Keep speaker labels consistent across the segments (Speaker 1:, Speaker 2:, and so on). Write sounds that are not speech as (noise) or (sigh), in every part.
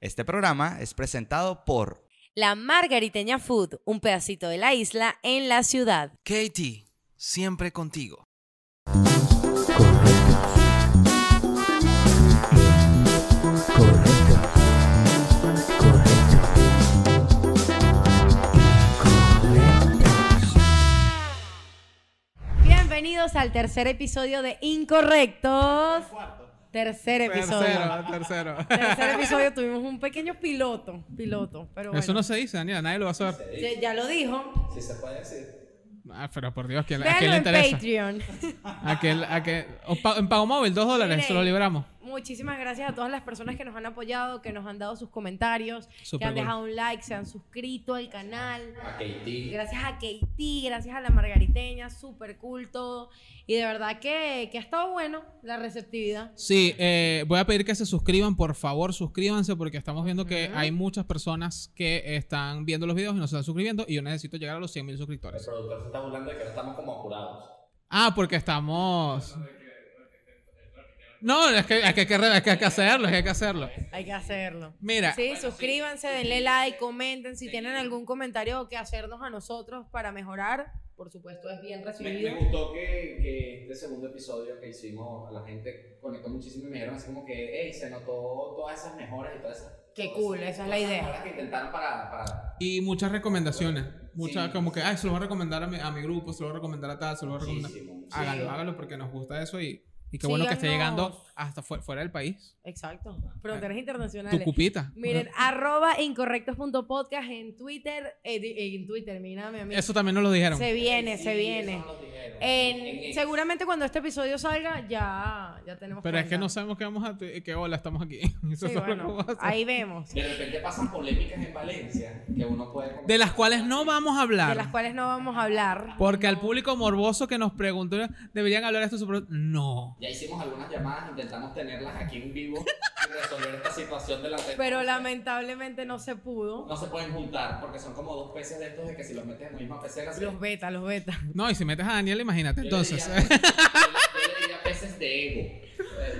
Speaker 1: Este programa es presentado por
Speaker 2: La Margariteña Food, un pedacito de la isla en la ciudad.
Speaker 3: Katie, siempre contigo.
Speaker 4: Correcto. Correcto. Correcto. Incorrecto.
Speaker 2: Bienvenidos al tercer episodio de Incorrectos. Tercer episodio.
Speaker 5: Tercero, tercero.
Speaker 2: Tercer episodio tuvimos un pequeño piloto, piloto, pero bueno.
Speaker 5: Eso no se dice, Daniela, nadie lo va a saber.
Speaker 2: Ya, ya lo dijo.
Speaker 5: Ah, pero por Dios, ¿a quién, a quién
Speaker 2: Véanlo
Speaker 5: le
Speaker 2: en
Speaker 5: interesa?
Speaker 2: Patreon.
Speaker 5: Aquel, aquel, o pa- en pago móvil, dos dólares,
Speaker 2: Miren.
Speaker 5: se lo libramos.
Speaker 2: Muchísimas gracias a todas las personas que nos han apoyado, que nos han dado sus comentarios, que
Speaker 5: Súper
Speaker 2: han
Speaker 5: cool.
Speaker 2: dejado un like, se han suscrito al canal. Gracias a Katie, gracias a la Margariteña, súper culto. Y de verdad que, que ha estado bueno la receptividad.
Speaker 5: Sí, eh, voy a pedir que se suscriban, por favor, suscríbanse, porque estamos viendo que hay muchas personas que están viendo los videos y no se están suscribiendo, y yo necesito llegar a los 100.000 suscriptores.
Speaker 6: productor se está burlando de que no estamos como apurados.
Speaker 5: Ah, porque estamos... No, es que, es que hay que re- es que hay que hacerlo, es que hay que hacerlo.
Speaker 2: Hay que hacerlo.
Speaker 5: Mira,
Speaker 2: Sí, suscríbanse, denle like, comenten. Si tienen algún comentario que hacernos a nosotros para mejorar, por supuesto es bien
Speaker 6: Me,
Speaker 2: recibido.
Speaker 6: me gustó que, que este segundo episodio que hicimos, la gente conectó muchísimo y me dijeron así como que, hey, se notó todas esas mejoras y todas esas.
Speaker 2: Qué
Speaker 6: todas
Speaker 2: cool, esa es la
Speaker 6: todas esas
Speaker 2: idea.
Speaker 6: mejoras que intentaron para. para
Speaker 5: Y muchas recomendaciones. Muchas,
Speaker 6: Sí.
Speaker 5: como que, ay, se lo voy a recomendar a mi, a mi grupo, se lo voy a recomendar a tal, se lo voy a recomendar.
Speaker 6: muchísimo.
Speaker 5: Hágalo, hágalo porque nos gusta eso y, y qué bueno que esté
Speaker 2: Síganos.
Speaker 5: llegando hasta fu- fuera del país.
Speaker 2: Exacto.
Speaker 5: Ah.
Speaker 2: Fronteras internacionales.
Speaker 5: Tu cupita.
Speaker 2: Miren, arroba incorrectos.podcast en Twitter. eh, di- eh, en Twitter, mírame a mí.
Speaker 5: Eso también nos lo dijeron.
Speaker 2: se viene,
Speaker 6: Sí,
Speaker 2: se
Speaker 6: eso
Speaker 2: viene.
Speaker 6: nos dijeron.
Speaker 2: En-
Speaker 6: En X.
Speaker 2: seguramente cuando este episodio salga, ya, ya tenemos
Speaker 5: Pero es que
Speaker 2: cuenta.
Speaker 5: no sabemos qué vamos a... qué hola, estamos aquí. (laughs)
Speaker 2: Sí,
Speaker 5: Eso es lo que
Speaker 2: bueno,
Speaker 5: vamos a hacer.
Speaker 2: ahí vemos.
Speaker 6: De repente pasan polémicas en Valencia que uno puede.
Speaker 5: De las cuales no vamos a hablar.
Speaker 2: De las cuales no vamos a hablar.
Speaker 5: Porque al público morboso que nos preguntó, ¿deberían hablar de esto? sobre- No.
Speaker 6: Ya hicimos algunas llamadas, intentamos tenerlas aquí en vivo y resolver esta situación de la
Speaker 2: Pero lamentablemente no se pudo.
Speaker 6: No se pueden juntar porque son como dos peces de estos de que si los metes en la misma pecera se
Speaker 2: Los beta, los beta.
Speaker 5: No, y si metes a Daniel, imagínate.
Speaker 6: Yo le
Speaker 5: Entonces...
Speaker 6: diría- yo le- yo le diría peces de ego. Eh,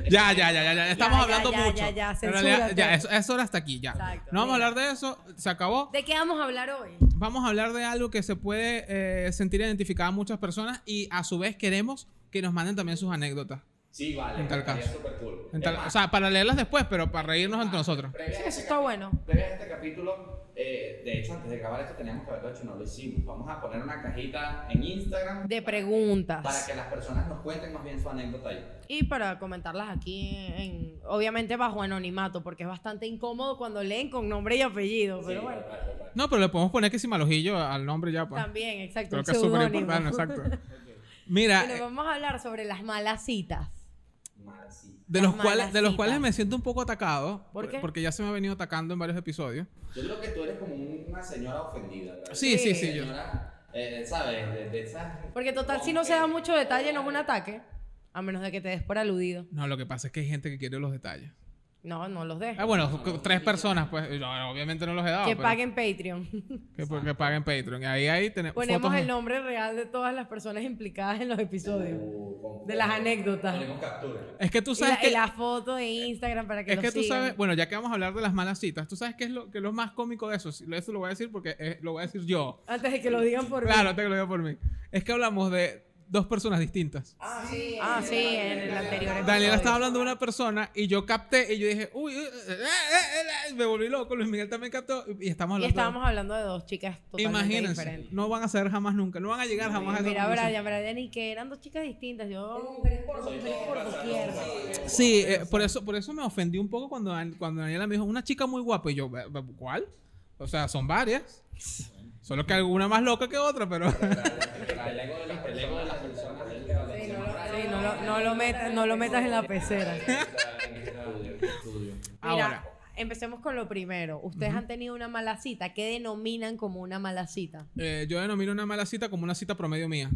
Speaker 5: (laughs) Ya, ya, ya, ya, ya, estamos
Speaker 2: ya,
Speaker 5: hablando
Speaker 2: ya,
Speaker 5: mucho.
Speaker 2: ya, ya,
Speaker 5: En
Speaker 2: censúrate.
Speaker 5: realidad, ya, eso, eso era hasta aquí, ya.
Speaker 2: Exacto.
Speaker 5: no vamos
Speaker 2: Mira.
Speaker 5: a hablar de eso, se acabó.
Speaker 2: ¿De qué vamos a hablar hoy?
Speaker 5: Vamos a hablar de algo que se puede eh, sentir identificada a muchas personas y a su vez queremos que nos manden también sus anécdotas.
Speaker 6: Sí, vale.
Speaker 5: En tal
Speaker 6: estaría
Speaker 5: caso.
Speaker 6: súper cool.
Speaker 5: En tal-
Speaker 6: Es
Speaker 5: o
Speaker 6: más,
Speaker 5: sea, para leerlas después, pero para reírnos entre nosotros.
Speaker 6: previa a
Speaker 2: Sí,
Speaker 6: este
Speaker 2: eso está
Speaker 6: capi-
Speaker 2: bueno.
Speaker 6: Previa a este capítulo, eh, de hecho, antes de grabar esto teníamos que haberlo hecho, no lo hicimos. Vamos a poner una cajita en Instagram
Speaker 2: De
Speaker 6: para
Speaker 2: preguntas.
Speaker 6: que las personas nos cuenten más bien su anécdota ahí.
Speaker 2: Y para comentarlas aquí en, obviamente bajo anonimato, porque es bastante incómodo cuando leen con nombre y apellido. pero
Speaker 6: Sí,
Speaker 2: bueno,
Speaker 6: tal, tal, tal.
Speaker 5: No, pero le podemos poner que si malojillo al nombre ya, pues.
Speaker 2: también, exacto.
Speaker 5: Creo
Speaker 2: un
Speaker 5: que es súper
Speaker 2: pseudónimo.
Speaker 5: importante,
Speaker 2: (laughs)
Speaker 5: exacto. Mira,
Speaker 2: Bueno,
Speaker 5: eh,
Speaker 2: vamos a hablar sobre las malas citas.
Speaker 6: Mal, sí.
Speaker 5: de
Speaker 2: las
Speaker 5: los, cuales, de los
Speaker 2: malacitas.
Speaker 5: cuales me siento un poco atacado.
Speaker 2: ¿Por qué?
Speaker 5: Porque ya se me ha venido atacando en varios episodios.
Speaker 6: Yo creo que tú eres como una señora ofendida. ¿verdad?
Speaker 5: Sí,
Speaker 2: Sí.
Speaker 5: sí, sí. yo-
Speaker 6: Señora, eh, ¿sabes? De, de esas-
Speaker 2: Porque total, si no se da mucho detalle, no es un ataque. A menos de que te des por aludido.
Speaker 5: No, lo que pasa es que hay gente que quiere los detalles.
Speaker 2: No, no los des.
Speaker 5: Ah, bueno, co- tres personas, pues. yo, obviamente no los he dado.
Speaker 2: que
Speaker 5: pero-
Speaker 2: paguen Patreon. (laughs)
Speaker 5: Que, por- que paguen Patreon. Y Ahí, ahí tenemos.
Speaker 2: Ponemos
Speaker 5: fotos-
Speaker 2: el nombre real de todas las personas implicadas en los episodios. De las anécdotas.
Speaker 6: Ponemos captura.
Speaker 5: Es que tú
Speaker 2: Y la,
Speaker 5: sabes
Speaker 2: y
Speaker 5: que.
Speaker 2: la foto de Instagram para que
Speaker 5: Es
Speaker 2: los
Speaker 5: que tú
Speaker 2: sigan.
Speaker 5: sabes, bueno, ya que vamos a hablar de las malas citas, tú sabes qué es lo, que es lo más cómico de eso. Sí, lo- Eso lo voy a decir porque eh, lo voy a decir yo.
Speaker 2: Antes de que lo digan por mí.
Speaker 5: Claro, te lo digo por mí. Es que hablamos de dos personas distintas.
Speaker 2: Ah, sí, en el anterior.
Speaker 5: Daniela
Speaker 2: episodio.
Speaker 5: estaba hablando de una persona y yo capté y yo dije, uy, eh, eh, eh, eh", me volví loco. Luis Miguel también captó y estamos
Speaker 2: Y
Speaker 5: hablando.
Speaker 2: estábamos hablando de dos chicas totalmente
Speaker 5: Imagínense,
Speaker 2: diferentes.
Speaker 5: no van a saber jamás nunca, no van a llegar jamás a esa
Speaker 2: Mira,
Speaker 5: conclusión.
Speaker 2: Brian, Brian y que eran dos chicas distintas. Yo.
Speaker 6: Soy todo raza, todo raza.
Speaker 5: Sí, eh, por eso, por eso me ofendí un poco cuando, Dan- cuando Daniela me dijo, una chica muy guapa. Y yo, "Ve- ve- ¿cuál? O sea, son varias. Solo que alguna más loca que otra, pero...
Speaker 6: El ego de las- el ego de las personas. el de las-
Speaker 2: Sí, no lo, no lo metas, no lo metas en la
Speaker 5: (laughs)
Speaker 2: pecera.
Speaker 6: Estudio, estudio.
Speaker 2: Mira,
Speaker 5: (laughs) Ahora.
Speaker 2: empecemos con lo primero. Ustedes han tenido una mala cita. ¿Qué denominan como una mala cita?
Speaker 5: Eh, yo denomino una mala cita como una cita promedio mía.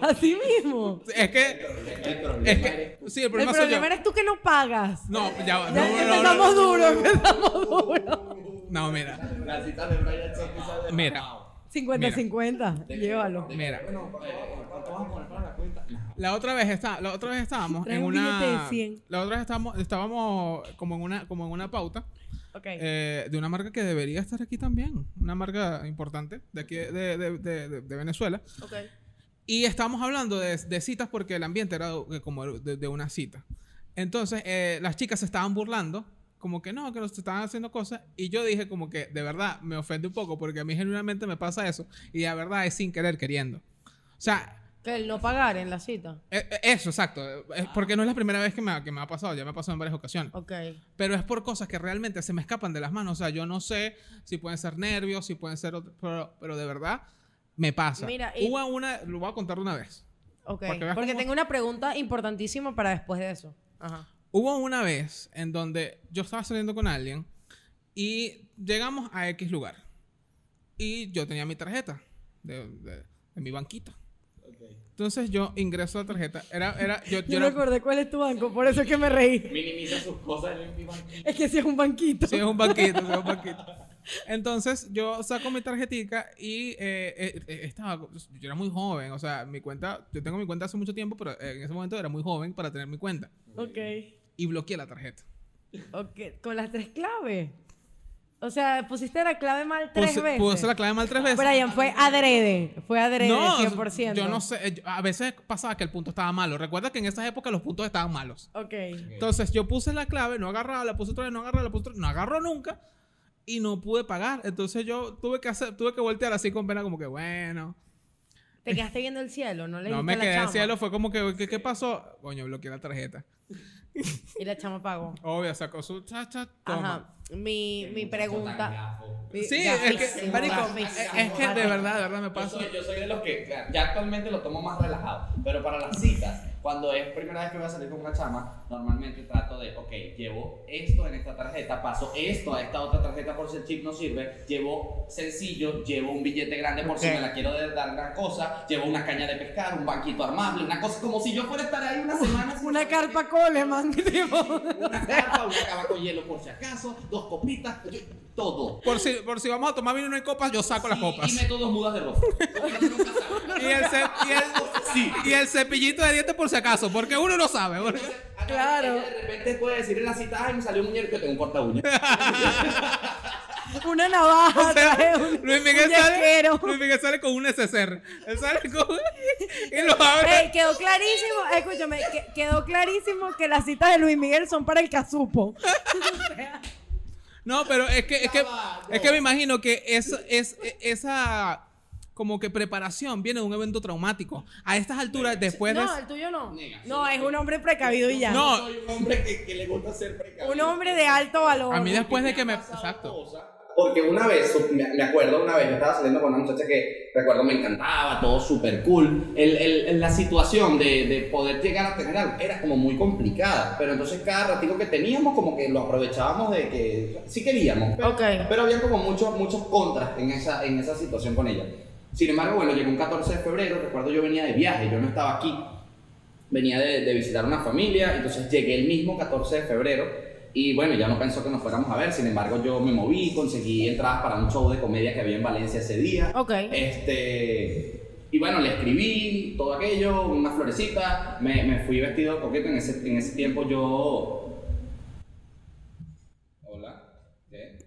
Speaker 2: Así mismo.
Speaker 5: Es que...
Speaker 6: El problema
Speaker 5: Es
Speaker 6: es-
Speaker 5: que... Sí, el
Speaker 2: El
Speaker 5: problema, soy yo.
Speaker 2: problema eres tú que no pagas.
Speaker 5: No, ya
Speaker 2: Ya
Speaker 5: va, no, no, no,
Speaker 2: empezamos duro, empezamos duro.
Speaker 5: No, mira.
Speaker 6: las citas de Brian son quizás de-
Speaker 5: Mira.
Speaker 2: 50-50, llévalo.
Speaker 5: Mira.
Speaker 6: Bueno, ¿cuánto vamos a poner para la cuenta?
Speaker 5: La otra vez está, la otra vez estábamos
Speaker 2: Trae
Speaker 5: en
Speaker 2: un
Speaker 5: una
Speaker 2: billete de 100.
Speaker 5: La otra vez estábamos, estábamos como en una como en una pauta
Speaker 2: Ok.
Speaker 5: eh, de una marca que debería estar aquí también, una marca importante de aquí de, de- de- de- de Venezuela
Speaker 2: ok.
Speaker 5: y estábamos hablando de, de citas porque el ambiente era de- como de, de una cita. Entonces eh, las chicas se estaban burlando como que no, que nos estaban haciendo cosas y yo dije como que de verdad me ofende un poco porque a mí genuinamente me pasa eso y de verdad es sin querer queriendo. O sea,
Speaker 2: Que el no pagar en la cita.
Speaker 5: eh, eh, Eso, exacto. Eh, es Porque no es la primera vez que me, ha, que me ha pasado, ya me ha pasado en varias ocasiones.
Speaker 2: Ok.
Speaker 5: Pero es por cosas que realmente se me escapan de las manos. O sea, yo no sé si pueden ser nervios, si pueden ser otro- pero, pero de verdad me pasa.
Speaker 2: Mira, y-
Speaker 5: Hubo una, lo voy a contar de una vez.
Speaker 2: Ok.
Speaker 5: Para que veas
Speaker 2: Porque
Speaker 5: cómo-
Speaker 2: tengo una pregunta importantísima para después de eso. Ajá.
Speaker 5: Hubo una vez en donde yo estaba saliendo con alguien y llegamos a X lugar. Y yo tenía mi tarjeta de, de- de mi banquito. Entonces yo ingreso la tarjeta. Era, era, yo, yo
Speaker 2: (laughs) Yo no
Speaker 5: era-
Speaker 2: acordé cuál es tu banco, por eso es que me (laughs) reí.
Speaker 6: Minimiza sus cosas en mi banquillo.
Speaker 2: Es que si es un banquito.
Speaker 5: Sí, es un banquito, sí, es un banquito. Entonces, yo saco mi tarjetica y eh, eh, eh, estaba... Yo era muy joven, o sea, mi cuenta... Yo tengo mi cuenta hace mucho tiempo, pero eh, en ese momento era muy joven para tener mi cuenta.
Speaker 2: Ok.
Speaker 5: Y bloqueé la tarjeta.
Speaker 2: Ok. Con las tres claves. O sea, pusiste la clave mal tres
Speaker 5: Puse-
Speaker 2: veces.
Speaker 5: puse la clave mal tres veces.
Speaker 2: Brian, fue adrede. Fue adrede,
Speaker 5: No,
Speaker 2: 100%.
Speaker 5: yo no sé. eh, yo- A veces pasaba que el punto estaba malo. Recuerda que en esas épocas los puntos estaban malos.
Speaker 2: Ok.
Speaker 5: Entonces yo puse la clave, no agarraba, la puse otra vez, no agarraba, la puse otra vez, no agarró nunca y no pude pagar. Entonces yo tuve que hacer, tuve que voltear así con pena como que bueno,
Speaker 2: Te quedaste viendo el cielo, no le
Speaker 5: No
Speaker 2: dijiste
Speaker 5: me
Speaker 2: a la
Speaker 5: quedé en
Speaker 2: chama.
Speaker 5: el cielo, fue como que, ¿qué, qué pasó? Coño, bloqueé la tarjeta.
Speaker 2: Y la chama pagó.
Speaker 5: Obvio, sacó su cha, cha, toma.
Speaker 2: Ajá. Mi, mi pregunta. mi-
Speaker 5: Sí, es que,
Speaker 2: gafísimo,
Speaker 5: marico,
Speaker 2: gafísimo,
Speaker 5: es que de
Speaker 2: gafísimo.
Speaker 5: verdad, de verdad me
Speaker 6: Yo
Speaker 5: pasó.
Speaker 6: soy, yo soy de los que claro, ya actualmente lo tomo más relajado, pero para las citas, cuando es primera vez que voy a salir con una chama, normalmente trato de, ok, llevo esto en esta tarjeta, paso esto a esta otra tarjeta por si el chip no sirve, llevo sencillo, llevo un billete grande por si
Speaker 2: Ok.
Speaker 6: me la quiero de- dar gran cosa, llevo una caña de pescar, un banquito armable, una cosa como si yo fuera a estar ahí una semana. sin
Speaker 2: Una
Speaker 6: saber
Speaker 2: carpa
Speaker 6: qué-
Speaker 2: Coleman. (laughs) tipo.
Speaker 6: Una carpa, una cava con hielo por si acaso, dos copitas, yo- todo.
Speaker 5: Por si, por si vamos a tomar vino y no hay copas, yo saco las
Speaker 6: Y-
Speaker 5: copas.
Speaker 6: Y meto dos mudas de
Speaker 2: (laughs)
Speaker 6: ropa. Uno nunca sabe.
Speaker 5: Y el, ce- y, el,
Speaker 6: Sí.
Speaker 5: y el cepillito de dientes por si acaso, porque uno no sabe. porque-
Speaker 2: Claro.
Speaker 6: Claro. De repente puede decir en la cita, ay, me salió un muñeco que tengo un corta uña.
Speaker 2: (laughs) Una navaja.
Speaker 5: O sea,
Speaker 2: trae Ah, un-
Speaker 5: Luis
Speaker 2: un
Speaker 5: Miguel, sale,
Speaker 2: yesquero.
Speaker 5: Luis Miguel sale con un SSR. Él sale con. Y lo abre.
Speaker 2: (laughs) Ey, quedó clarísimo, escúchame, que- quedó clarísimo que las citas de Luis Miguel son para el casupo.
Speaker 5: No, pero es que, es que, es que me imagino que es, es, e- esa como que preparación viene de un evento traumático. A estas alturas, después de...
Speaker 2: No, el tuyo no.
Speaker 6: Nega,
Speaker 2: No, es un hombre precavido y ya.
Speaker 5: (laughs) Pues No.
Speaker 6: Soy un hombre que, que le gusta ser precavido.
Speaker 2: Un hombre de alto valor.
Speaker 5: A mí después de
Speaker 6: han
Speaker 5: que me...
Speaker 6: pasado
Speaker 5: Exacto.
Speaker 6: cosas, Porque una vez, su- me me acuerdo, una vez yo estaba saliendo con una muchacha que recuerdo me encantaba, todo súper cool. El- el- el- la situación de, de poder llegar a tener algo era como muy complicada, pero entonces cada ratito que teníamos como que lo aprovechábamos de que sí queríamos, pero,
Speaker 2: Ok.
Speaker 6: pero había como muchos, muchos contras en esa, en esa situación con ella. Sin embargo, bueno, llegó un 14 de febrero, recuerdo yo venía de viaje, yo no estaba aquí, venía de, de visitar una familia, entonces llegué el mismo 14 de febrero y bueno, ya no pensó que nos fuéramos a ver, sin embargo yo me moví, conseguí entradas para un show de comedia que había en Valencia ese día.
Speaker 2: Ok.
Speaker 6: Este, y bueno, le escribí todo aquello, una florecita, me, me fui vestido de coqueto, en ese, en ese tiempo yo... Hola. ¿Qué?